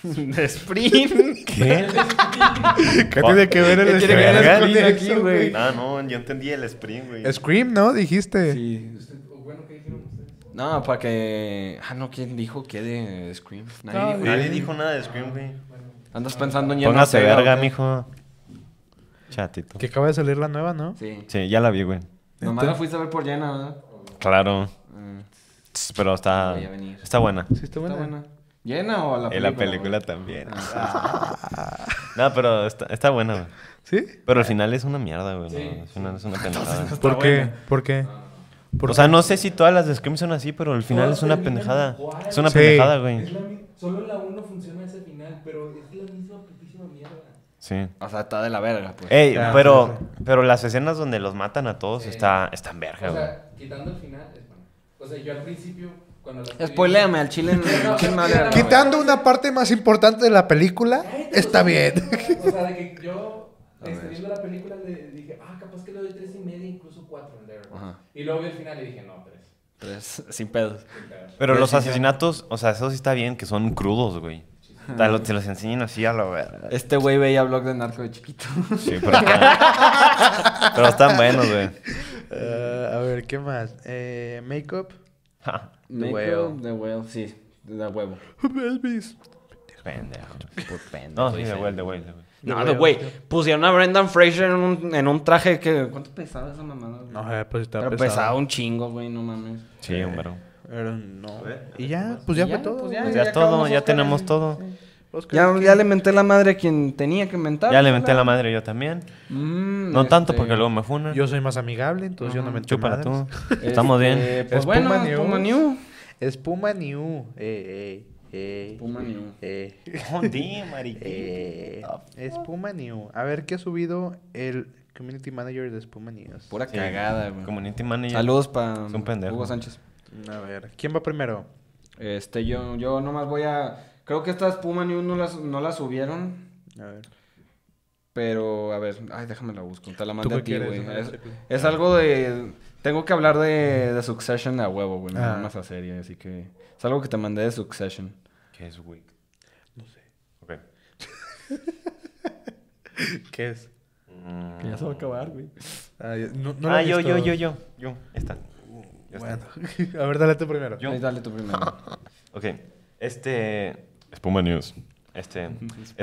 [SPEAKER 3] De Sprint.
[SPEAKER 2] ¿Qué?
[SPEAKER 1] ¿Qué tiene que ver
[SPEAKER 3] ¿Qué
[SPEAKER 1] el
[SPEAKER 3] tiene que ver
[SPEAKER 1] Scream
[SPEAKER 3] el Scream
[SPEAKER 1] con
[SPEAKER 3] aquí,
[SPEAKER 1] eso,
[SPEAKER 3] güey?
[SPEAKER 2] Ah, no, yo entendí el Sprint, güey.
[SPEAKER 1] Scream, ¿no? Dijiste.
[SPEAKER 3] Sí.
[SPEAKER 4] Bueno, ¿qué dijeron ustedes?
[SPEAKER 3] No, para que. Ah, no, ¿quién dijo qué de Scream? Nadie
[SPEAKER 1] No,
[SPEAKER 3] dijo.
[SPEAKER 1] güey.
[SPEAKER 2] Nadie dijo nada de Scream, güey.
[SPEAKER 3] Andas pensando en Jenna
[SPEAKER 2] Póngase
[SPEAKER 3] Ortega,
[SPEAKER 2] verga,
[SPEAKER 3] ¿o qué?
[SPEAKER 2] mijo. Chatito.
[SPEAKER 1] Que acaba de salir la nueva, ¿no?
[SPEAKER 3] Sí.
[SPEAKER 2] Sí, ya la vi, güey.
[SPEAKER 3] Nomás la fuiste a ver por Jenna, ¿verdad?
[SPEAKER 2] Claro.
[SPEAKER 3] Mm,
[SPEAKER 2] Tss, Pero está,
[SPEAKER 3] Voy a venir.
[SPEAKER 2] está buena.
[SPEAKER 1] Sí, está
[SPEAKER 3] Está
[SPEAKER 1] buena.
[SPEAKER 3] buena. ¿Jenna o
[SPEAKER 2] Y
[SPEAKER 3] la película? Ah,
[SPEAKER 2] la película
[SPEAKER 3] güey?
[SPEAKER 2] también. No, pero está, está buena, güey.
[SPEAKER 1] ¿Sí?
[SPEAKER 2] Pero al final es una mierda, güey.
[SPEAKER 4] Sí.
[SPEAKER 2] no, al final es una pendejada.
[SPEAKER 3] Entonces,
[SPEAKER 1] ¿Por
[SPEAKER 3] Está
[SPEAKER 1] qué?
[SPEAKER 3] buena.
[SPEAKER 1] ¿Por qué? ¿Por
[SPEAKER 2] O sea, no sé si todas las de Scream son así, pero al final
[SPEAKER 4] Todas
[SPEAKER 2] es una
[SPEAKER 4] terminan
[SPEAKER 2] pendejada.
[SPEAKER 4] igual.
[SPEAKER 2] Es una
[SPEAKER 1] Sí.
[SPEAKER 2] pendejada,
[SPEAKER 4] Es
[SPEAKER 2] güey.
[SPEAKER 4] la mi- Solo la 1 funciona ese final, pero es la misma putísima mierda.
[SPEAKER 2] Sí.
[SPEAKER 3] O sea, está de la verga, pues.
[SPEAKER 2] Ey,
[SPEAKER 1] Ah,
[SPEAKER 2] pero,
[SPEAKER 1] sí,
[SPEAKER 2] pero las escenas donde los matan a todos
[SPEAKER 4] Sí.
[SPEAKER 2] está, están
[SPEAKER 4] O
[SPEAKER 2] verga, güey.
[SPEAKER 4] sea, quitando el final, es bueno. O sea, yo al principio, cuando la estoy
[SPEAKER 3] Spoileame al chile. no- ¿Quién me va a leer?
[SPEAKER 1] Quitando una parte más importante de la película,
[SPEAKER 4] Cállate,
[SPEAKER 1] está
[SPEAKER 4] o sea,
[SPEAKER 1] bien.
[SPEAKER 4] O sea, de que yo
[SPEAKER 3] A
[SPEAKER 4] este,
[SPEAKER 3] ver.
[SPEAKER 4] viendo la película le dije, ah, capaz que le doy tres y media, incluso cuatro en The Airbox.
[SPEAKER 3] Ajá.
[SPEAKER 4] Y luego vi el final y dije, no, tres.
[SPEAKER 3] Tres, sin pedos.
[SPEAKER 4] sin pedos".
[SPEAKER 2] Pero
[SPEAKER 3] Pero
[SPEAKER 2] los
[SPEAKER 3] sí, sí.
[SPEAKER 2] asesinatos, o sea, eso sí está bien, que son crudos, güey. O sea, lo- te los enseñan así a la verga.
[SPEAKER 3] Este güey veía blog de narco de chiquito.
[SPEAKER 2] Sí, pero, están- pero están buenos, güey.
[SPEAKER 1] Eh, a ver, ¿qué más? Eh, ¿Makeup?
[SPEAKER 2] Ja,
[SPEAKER 1] De
[SPEAKER 3] De
[SPEAKER 1] huevo.
[SPEAKER 3] huevo. De huevo, sí. De huevo.
[SPEAKER 1] Elvis.
[SPEAKER 2] pendejo.
[SPEAKER 3] Por pendejo,
[SPEAKER 2] No, sí, de
[SPEAKER 3] dice.
[SPEAKER 2] güey, de güey, de güey.
[SPEAKER 3] No,
[SPEAKER 1] De
[SPEAKER 3] de
[SPEAKER 1] huevo,
[SPEAKER 3] güey.
[SPEAKER 1] tío.
[SPEAKER 3] Pusieron a Brendan Fraser en un, en un traje que. ¿Cuánto pesaba esa mamada? güey?
[SPEAKER 1] No, eh, pues estaba
[SPEAKER 3] Pero
[SPEAKER 1] pesado.
[SPEAKER 3] pesaba un chingo, güey, no mames.
[SPEAKER 2] Sí, hombre.
[SPEAKER 1] Pero no.
[SPEAKER 2] ver,
[SPEAKER 1] Y ya, pues ya,
[SPEAKER 3] Y
[SPEAKER 1] fue todo.
[SPEAKER 3] pues
[SPEAKER 2] Pues ya todo,
[SPEAKER 3] acabamos
[SPEAKER 2] ya
[SPEAKER 3] Oscar,
[SPEAKER 2] tenemos
[SPEAKER 3] sí.
[SPEAKER 2] todo.
[SPEAKER 1] Oscar,
[SPEAKER 3] Ya,
[SPEAKER 1] ¿qué?
[SPEAKER 3] ya le menté la madre a quien tenía que mentar.
[SPEAKER 2] Ya le menté la madre yo también.
[SPEAKER 3] Mm,
[SPEAKER 2] No tanto
[SPEAKER 3] este,
[SPEAKER 2] porque luego me funan.
[SPEAKER 1] Yo soy más amigable, entonces yo no me
[SPEAKER 2] Chúpala tú.
[SPEAKER 1] entumo.
[SPEAKER 2] Estamos bien.
[SPEAKER 3] eh, pues
[SPEAKER 1] Es
[SPEAKER 3] bueno,
[SPEAKER 1] Puma
[SPEAKER 3] es
[SPEAKER 1] News.
[SPEAKER 3] Puma New.
[SPEAKER 1] Espuma New. Eh, eh, eh.
[SPEAKER 3] Puma New.
[SPEAKER 1] Eh,
[SPEAKER 2] Joder, mariquita.
[SPEAKER 1] eh. Espuma New. A ver qué ha subido el community manager de Espuma News.
[SPEAKER 3] Pura
[SPEAKER 2] Sí.
[SPEAKER 3] cagada, güey.
[SPEAKER 2] Community manager.
[SPEAKER 3] Saludos para
[SPEAKER 2] Es un pendejo.
[SPEAKER 3] Hugo Sánchez.
[SPEAKER 1] A ver, ¿quién va primero?
[SPEAKER 3] Este, yo, yo nomás voy a. Creo que estas Puma New no las, no las subieron.
[SPEAKER 1] A ver.
[SPEAKER 3] Pero, a ver, ay, déjame la busco. Te la mandé
[SPEAKER 1] qué
[SPEAKER 3] a ti,
[SPEAKER 1] quieres?
[SPEAKER 3] güey.
[SPEAKER 1] Déjame
[SPEAKER 3] Es,
[SPEAKER 1] checarlo.
[SPEAKER 3] es algo de. Tengo que hablar de, de Succession a huevo, güey. Nada
[SPEAKER 1] Ah.
[SPEAKER 3] más a serie, así que. Es algo que te mandé de Succession.
[SPEAKER 2] ¿Qué es Wick?
[SPEAKER 1] No sé.
[SPEAKER 2] Ok.
[SPEAKER 1] ¿Qué es?
[SPEAKER 2] Mm.
[SPEAKER 3] ya se va a acabar, güey.
[SPEAKER 1] Ah, ya- no, no lo
[SPEAKER 2] ah,
[SPEAKER 1] he
[SPEAKER 2] yo,
[SPEAKER 1] visto.
[SPEAKER 2] yo, yo, yo. Yo. Esta. Ya está.
[SPEAKER 1] Bueno, a ver, dale tú primero.
[SPEAKER 2] Yo.
[SPEAKER 3] dale tú primero.
[SPEAKER 2] Ok. Este. Espuma News. Este.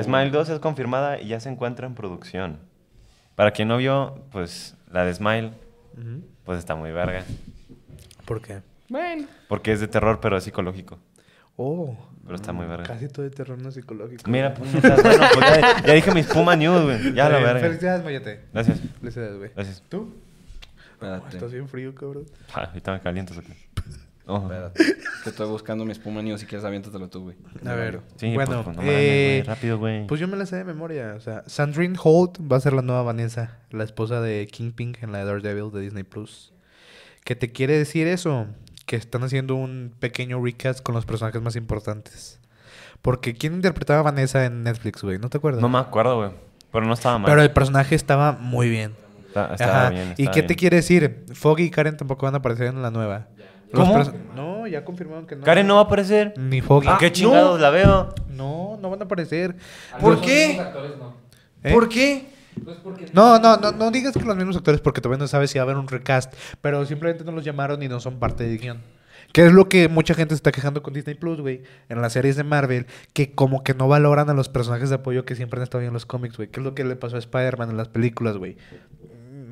[SPEAKER 2] Smile 2 es confirmada y ya se encuentra en producción. Para quien no vio, pues la de Smile,
[SPEAKER 1] Ujú.
[SPEAKER 2] pues está muy verga.
[SPEAKER 1] ¿Por qué?
[SPEAKER 5] Bueno.
[SPEAKER 2] Porque es de terror, pero es psicológico.
[SPEAKER 1] Oh,
[SPEAKER 2] Pero está muy verga.
[SPEAKER 1] casi todo el terror no es psicológico.
[SPEAKER 2] Mira, pues, neta, bueno, pues, ya, ya dije mis Puma News, güey. Ya la
[SPEAKER 1] Eh,
[SPEAKER 2] verga.
[SPEAKER 1] Felicidades, Mayate.
[SPEAKER 2] Gracias.
[SPEAKER 1] Felicidades, güey.
[SPEAKER 2] Gracias.
[SPEAKER 1] ¿Tú? Oh,
[SPEAKER 3] Espérate.
[SPEAKER 1] estás bien frío, cabrón.
[SPEAKER 2] Ah, ahorita me calientas acá. Oh.
[SPEAKER 3] Espérate. Es que estoy buscando mi Puma New. Si quieres, aviéntatelo tú, güey.
[SPEAKER 1] A ver.
[SPEAKER 2] Sí,
[SPEAKER 1] bueno,
[SPEAKER 2] pues, pues, no mames,
[SPEAKER 1] eh,
[SPEAKER 2] güey, rápido, güey.
[SPEAKER 1] pues yo me la sé de memoria. O sea, Sandrine Holt va a ser la nueva Vanessa, la esposa de Kingpin en la de Daredevil de Disney Plus. ¿Qué te quiere decir eso? Que están haciendo un pequeño recast con los personajes más importantes. Porque ¿quién interpretaba a Vanessa en Netflix, güey? ¿No te acuerdas?
[SPEAKER 2] No me acuerdo, güey. Pero no estaba mal.
[SPEAKER 1] Pero el personaje estaba muy bien.
[SPEAKER 2] Está- Ah, estaba
[SPEAKER 1] Ajá.
[SPEAKER 2] bien,
[SPEAKER 1] ¿Y
[SPEAKER 2] estaba
[SPEAKER 1] qué te
[SPEAKER 2] bien.
[SPEAKER 1] quiere decir? Foggy y Karen tampoco van a aparecer en la nueva. Los
[SPEAKER 2] ¿Cómo?
[SPEAKER 1] perso- No, ya confirmaron que no. Ah,
[SPEAKER 2] Karen no va a aparecer.
[SPEAKER 1] Ni Foggy.
[SPEAKER 2] ¿A qué chingados la veo?
[SPEAKER 1] No, no van a aparecer.
[SPEAKER 3] ¿Por
[SPEAKER 4] Algunos
[SPEAKER 3] qué?
[SPEAKER 4] de los actores no.
[SPEAKER 1] ¿Eh?
[SPEAKER 3] ¿Por qué?
[SPEAKER 4] Pues porque.
[SPEAKER 1] No, no, no, no digas que los mismos actores porque todavía no sabes si va a haber un recast, pero simplemente no los llamaron y no son parte del guión. Que es lo que mucha gente se está quejando con Disney Plus, güey, en las series de Marvel, que como que no valoran a los personajes de apoyo que siempre han estado en los cómics, güey. Que es lo que le pasó a Spider-Man en las películas, güey.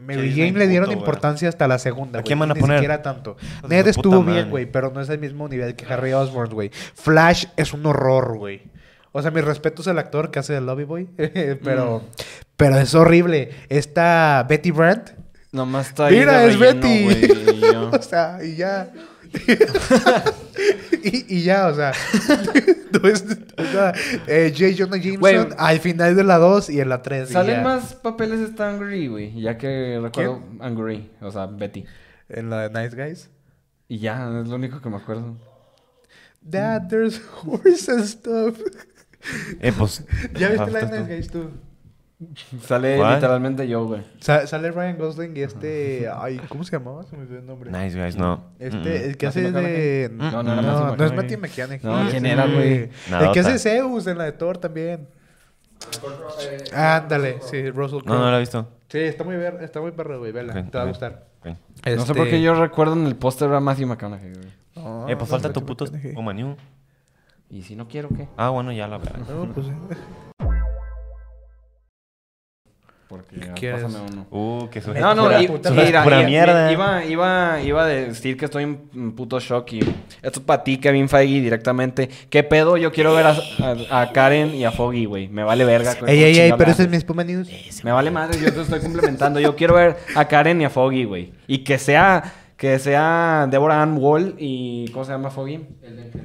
[SPEAKER 1] Mary
[SPEAKER 2] Disney
[SPEAKER 1] Jane le dieron
[SPEAKER 2] puto, güey.
[SPEAKER 1] importancia hasta la segunda,
[SPEAKER 2] ¿A
[SPEAKER 1] güey,
[SPEAKER 2] quién van a
[SPEAKER 1] ni
[SPEAKER 2] poner?
[SPEAKER 1] siquiera tanto.
[SPEAKER 2] de
[SPEAKER 1] Ned
[SPEAKER 2] su
[SPEAKER 1] estuvo
[SPEAKER 2] puta
[SPEAKER 1] bien,
[SPEAKER 2] madre.
[SPEAKER 1] güey, pero no es el mismo nivel que Harry Osborn, güey. Flash es un horror, güey. O sea, mis respetos al actor que hace de Lobby Boy, pero, pero es horrible. Esta Betty Brandt
[SPEAKER 3] Nomás está ahí
[SPEAKER 1] Mira,
[SPEAKER 3] de
[SPEAKER 1] es
[SPEAKER 3] relleno,
[SPEAKER 1] Betty.
[SPEAKER 3] güey, y yo-
[SPEAKER 1] o sea, y ya. y, y ya, o sea. no es nada. Eh, J. Jonah Jameson
[SPEAKER 3] Güey.
[SPEAKER 1] al final de la 2 y en la 3.
[SPEAKER 3] Salen más papeles de esta Angry, güey. Ya que recuerdo Angry, o sea, Betty.
[SPEAKER 1] En la de Nice Guys.
[SPEAKER 3] Y ya, es lo único que me acuerdo.
[SPEAKER 1] Dad, there's horse and stuff.
[SPEAKER 2] Eh, pues.
[SPEAKER 1] ¿Ya viste la de Nice
[SPEAKER 2] estás tú.
[SPEAKER 1] Guys tú?
[SPEAKER 3] Sale
[SPEAKER 2] ¿Cuál?
[SPEAKER 3] literalmente yo, güey.
[SPEAKER 1] Sa- sale Ryan Gosling y este. Ay, ¿cómo se llamaba? Se me olvidó el nombre.
[SPEAKER 2] Nice Mm. guys, no.
[SPEAKER 1] Este,
[SPEAKER 2] Mm-mm.
[SPEAKER 1] el que
[SPEAKER 3] ¿Matthew
[SPEAKER 1] hace de. No,
[SPEAKER 3] McConaughey?
[SPEAKER 1] no,
[SPEAKER 3] No, no, no,
[SPEAKER 1] no.
[SPEAKER 3] Matthew
[SPEAKER 1] No es
[SPEAKER 3] McConaughey.
[SPEAKER 1] Matthew McConaughey.
[SPEAKER 3] No,
[SPEAKER 1] es
[SPEAKER 3] ¿quién
[SPEAKER 1] este-
[SPEAKER 3] era, güey?
[SPEAKER 1] El que
[SPEAKER 2] Nadota.
[SPEAKER 1] hace Zeus en la de Thor también. Ándale, sí, Russell Crowe.
[SPEAKER 2] No, no la he visto. Eh,
[SPEAKER 1] Sí, está muy, ver, está muy perro, güey. Vela,
[SPEAKER 2] Ok,
[SPEAKER 1] te va a
[SPEAKER 2] ok.
[SPEAKER 1] gustar.
[SPEAKER 2] Ok.
[SPEAKER 3] No sé
[SPEAKER 1] Este-
[SPEAKER 3] por qué yo recuerdo en el póster a Matthew McConaughey, güey.
[SPEAKER 1] No,
[SPEAKER 2] Eh, pues
[SPEAKER 1] no,
[SPEAKER 2] falta
[SPEAKER 1] no,
[SPEAKER 2] tu
[SPEAKER 1] no,
[SPEAKER 2] puto
[SPEAKER 1] no, no,
[SPEAKER 2] Womanú.
[SPEAKER 3] Y si no quiero, ¿qué?
[SPEAKER 2] Ah, bueno, ya la verdad.
[SPEAKER 1] No, pues.
[SPEAKER 3] Porque
[SPEAKER 1] ¿Qué
[SPEAKER 3] ah,
[SPEAKER 1] quieres?
[SPEAKER 3] pásame uno.
[SPEAKER 2] Uh, que su.
[SPEAKER 3] No, no,
[SPEAKER 1] pura
[SPEAKER 3] i-
[SPEAKER 1] puta-
[SPEAKER 2] Eso es
[SPEAKER 3] mira,
[SPEAKER 2] pura
[SPEAKER 3] i-
[SPEAKER 2] mierda.
[SPEAKER 3] Iba, iba, iba a decir que estoy en en puto shock y esto es para ti, Kevin Feige, directamente. ¿Qué pedo? Yo quiero ver a, a- a Karen y a Foggy, güey. Me vale verga. con-
[SPEAKER 1] Ey, ey,
[SPEAKER 3] con
[SPEAKER 1] ey,
[SPEAKER 3] chingada
[SPEAKER 1] pero
[SPEAKER 3] madre.
[SPEAKER 1] ese es mi espuma news.
[SPEAKER 3] Me vale madre, yo te estoy complementando. Yo quiero ver a Karen y a Foggy, güey. Y que sea, que sea Deborah Ann Wall y... ¿Cómo se llama Foggy?
[SPEAKER 4] Elden Henson.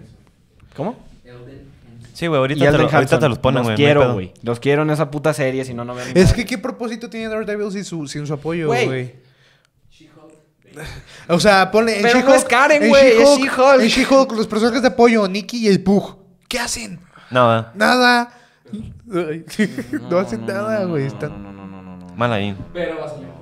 [SPEAKER 3] ¿Cómo?
[SPEAKER 4] Elden Henson.
[SPEAKER 2] Sí, güey,
[SPEAKER 3] Y
[SPEAKER 2] ahorita, te
[SPEAKER 3] Elden
[SPEAKER 2] lo- ahorita
[SPEAKER 3] Hudson.
[SPEAKER 2] te los ponen,
[SPEAKER 3] Los
[SPEAKER 2] güey. no hay
[SPEAKER 3] quiero,
[SPEAKER 2] pedo.
[SPEAKER 3] güey. Los quiero en esa puta serie, si no, no veo
[SPEAKER 1] Es que, ¿qué propósito tiene Daredevil sin su, sin su apoyo,
[SPEAKER 3] Güey.
[SPEAKER 1] güey?
[SPEAKER 4] She-Hulk.
[SPEAKER 1] O sea, ponle. en
[SPEAKER 3] Pero no
[SPEAKER 1] She-Hulk-
[SPEAKER 3] es Karen,
[SPEAKER 1] en
[SPEAKER 3] güey, es
[SPEAKER 1] She-Hulk-
[SPEAKER 3] She-Hulk.
[SPEAKER 1] En She-Hulk, los personajes de apoyo, Nicky y el Pug. ¿Qué hacen?
[SPEAKER 2] No, eh.
[SPEAKER 1] Nada. Ay, No, hacen nada, güey.
[SPEAKER 3] No,
[SPEAKER 1] están-
[SPEAKER 3] no, no, no, no, no.
[SPEAKER 2] mal ahí.
[SPEAKER 4] Pero va a salir.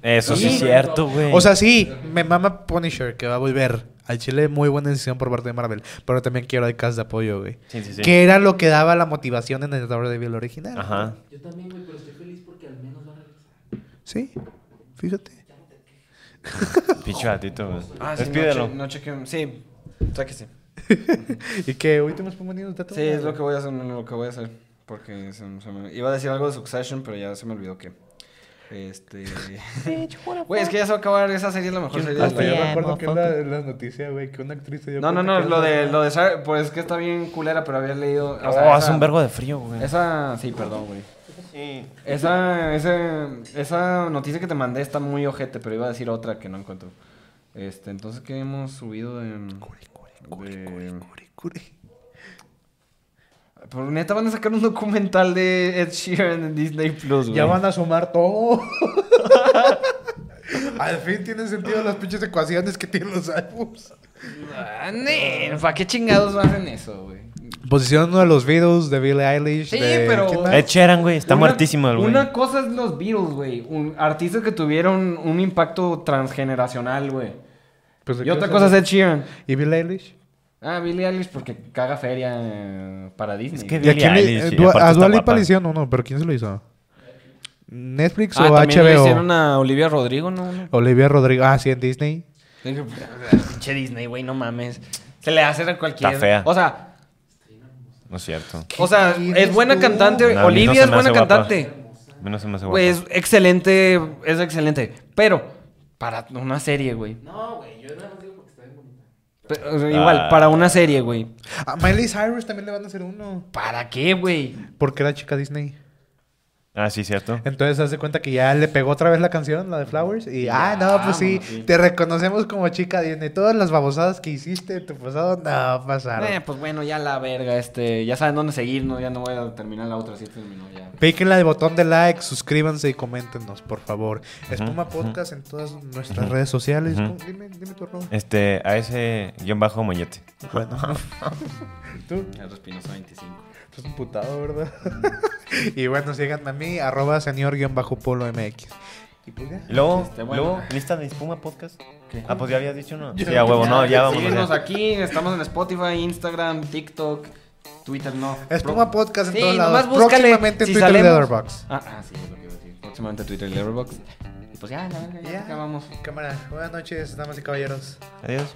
[SPEAKER 2] Eso sí
[SPEAKER 1] Sí.
[SPEAKER 2] es cierto, güey.
[SPEAKER 1] O sea, sí, me mama Punisher, que va a volver. Al Chile, muy buena decisión por parte de Marvel. Pero también quiero el cast de apoyo, güey.
[SPEAKER 2] Sí, sí, sí.
[SPEAKER 1] Que era lo que daba la motivación en el Daredevil original.
[SPEAKER 2] Ajá.
[SPEAKER 4] Yo también, güey, pero estoy feliz porque al menos van a regresar.
[SPEAKER 1] Sí, fíjate.
[SPEAKER 2] Pinche gatito, güey.
[SPEAKER 3] Ah, sí,
[SPEAKER 2] Despídelo.
[SPEAKER 3] No, che- no chequen. Sí, sáquese.
[SPEAKER 1] ¿Y qué? ¿Ahorita más pomanidos datos?
[SPEAKER 3] Sí, es lo que voy a hacer, lo que voy a hacer. Porque se, se me- iba a decir algo de Succession, pero ya se me olvidó que. Este. Güey, es que ya se va a acabar esa serie, es la mejor serie
[SPEAKER 1] Hasta
[SPEAKER 3] de
[SPEAKER 1] yo
[SPEAKER 3] la
[SPEAKER 1] recuerdo que en la, en las noticias, güey, que una actriz se dio
[SPEAKER 3] No, no,
[SPEAKER 1] cuenta
[SPEAKER 3] no,
[SPEAKER 1] que
[SPEAKER 3] lo
[SPEAKER 1] era-
[SPEAKER 3] de, lo de. Sar- Pues es que está bien culera, pero había leído. o sea,
[SPEAKER 2] Oh,
[SPEAKER 3] esa-
[SPEAKER 2] hace un vergo de frío, güey.
[SPEAKER 3] Esa. Sí, perdón, güey.
[SPEAKER 2] Sí.
[SPEAKER 3] Esa, ese- esa noticia que te mandé está muy ojete, pero iba a decir otra que no encuentro. Este, entonces, ¿qué hemos subido de. de-
[SPEAKER 1] Curi, curi.
[SPEAKER 3] Pero neta van a sacar un documental de Ed Sheeran en Disney Plus, güey.
[SPEAKER 1] Ya van a sumar todo. Al fin tienen sentido las pinches ecuaciones que tienen los álbumes.
[SPEAKER 3] Ah, ne, ¿Para qué chingados hacen eso, güey?
[SPEAKER 1] Posición uno de los videos de Billie Eilish.
[SPEAKER 3] Sí,
[SPEAKER 1] de-
[SPEAKER 3] pero-
[SPEAKER 1] ¿quién más?
[SPEAKER 2] Ed Sheeran, güey, está
[SPEAKER 3] Una-
[SPEAKER 2] muertísimo el güey.
[SPEAKER 3] Una cosa es los Beatles, güey. Un- Artistas que tuvieron un impacto transgeneracional, güey.
[SPEAKER 1] Pues, ¿de
[SPEAKER 3] Y
[SPEAKER 1] qué
[SPEAKER 3] otra
[SPEAKER 1] vas a
[SPEAKER 3] cosa es
[SPEAKER 1] hablar?
[SPEAKER 3] Ed Sheeran.
[SPEAKER 1] ¿Y Billie Eilish?
[SPEAKER 3] Ah, Billie Eilish porque caga feria eh, para Disney.
[SPEAKER 2] Es que
[SPEAKER 1] ¿Y a
[SPEAKER 2] Billie
[SPEAKER 1] quién le-
[SPEAKER 2] Eilish,
[SPEAKER 1] eh,
[SPEAKER 2] y
[SPEAKER 1] Dua-
[SPEAKER 2] aparte
[SPEAKER 1] a
[SPEAKER 2] está
[SPEAKER 1] Dua Lipa
[SPEAKER 2] guapa.
[SPEAKER 1] le hicieron uno, pero ¿quién se lo hizo? ¿Netflix
[SPEAKER 3] Ah,
[SPEAKER 1] o
[SPEAKER 3] también le hicieron
[SPEAKER 1] HBO?
[SPEAKER 3] a Olivia Rodrigo, ¿no? no.
[SPEAKER 1] Olivia Rodrigo. Ah, sí, en Disney.
[SPEAKER 3] Dije, pues, Pinche Disney, güey, no mames. Se le hace a cualquier...
[SPEAKER 2] Está fea.
[SPEAKER 3] O sea,
[SPEAKER 2] No es cierto.
[SPEAKER 3] O sea, es buena cantante.
[SPEAKER 2] No, a mí no
[SPEAKER 3] Olivia
[SPEAKER 2] se
[SPEAKER 3] es
[SPEAKER 2] me
[SPEAKER 3] buena
[SPEAKER 2] hace guapa.
[SPEAKER 3] cantante. Pues,
[SPEAKER 2] A mí no se me hace guapa.
[SPEAKER 3] Güey, es excelente, es excelente. Pero, para una serie, güey.
[SPEAKER 4] No, güey, yo nada más digo porque está bien bonita.
[SPEAKER 3] Pe- o sea,
[SPEAKER 2] Ah.
[SPEAKER 3] Igual, para una serie, güey.
[SPEAKER 1] A Miley Cyrus también le van a hacer uno.
[SPEAKER 3] ¿Para qué, güey?
[SPEAKER 1] Porque era chica Disney.
[SPEAKER 2] Ah, sí, cierto.
[SPEAKER 1] Entonces hace cuenta que ya le pegó otra vez la canción, la de Flowers. Y, ah, no, pues sí,
[SPEAKER 3] vámonos, sí.
[SPEAKER 1] te reconocemos como chica Disney. Todas las babosadas que hiciste en tu pasado, no pasaron.
[SPEAKER 3] Eh, pues bueno, ya la verga, este, ya saben dónde seguirnos, ya no voy a terminar la otra, sí terminó ya.
[SPEAKER 1] Píquenle al botón de like, suscríbanse y coméntenos, por favor. Espuma Podcast en todas nuestras redes sociales.
[SPEAKER 2] Ujú.
[SPEAKER 1] ¿Cómo? Dime, dime tu nombre.
[SPEAKER 2] Este, a ese guión bajo moñete.
[SPEAKER 1] Bueno. Tú,
[SPEAKER 3] El Espinosa 25.
[SPEAKER 1] estás putado, ¿verdad? y bueno, síganme a mí, arroba señor-polo mx. Y pues ya.
[SPEAKER 2] Y Luego,
[SPEAKER 3] Este, bueno.
[SPEAKER 2] luego, lista de espuma podcast.
[SPEAKER 3] ¿Qué?
[SPEAKER 2] Ah, pues ya habías dicho no. Sí, a huevo, no, ya vamos.
[SPEAKER 3] Síguenos aquí, estamos en Spotify, Instagram, TikTok, Twitter, no.
[SPEAKER 1] Espuma Podcast en
[SPEAKER 3] Sí,
[SPEAKER 1] todos
[SPEAKER 3] nomás
[SPEAKER 1] lados.
[SPEAKER 3] búscale,
[SPEAKER 1] Próximamente en
[SPEAKER 3] si
[SPEAKER 1] Twitter y
[SPEAKER 3] salemos.
[SPEAKER 1] Letterboxd.
[SPEAKER 3] Ah, ah, sí, es lo que iba a decir. Próximamente Twitter y Letterboxd. Y Pues ya, la verga, ya,
[SPEAKER 1] Ya.
[SPEAKER 3] acabamos.
[SPEAKER 1] Cámara, buenas noches, damas y caballeros.
[SPEAKER 2] Adiós.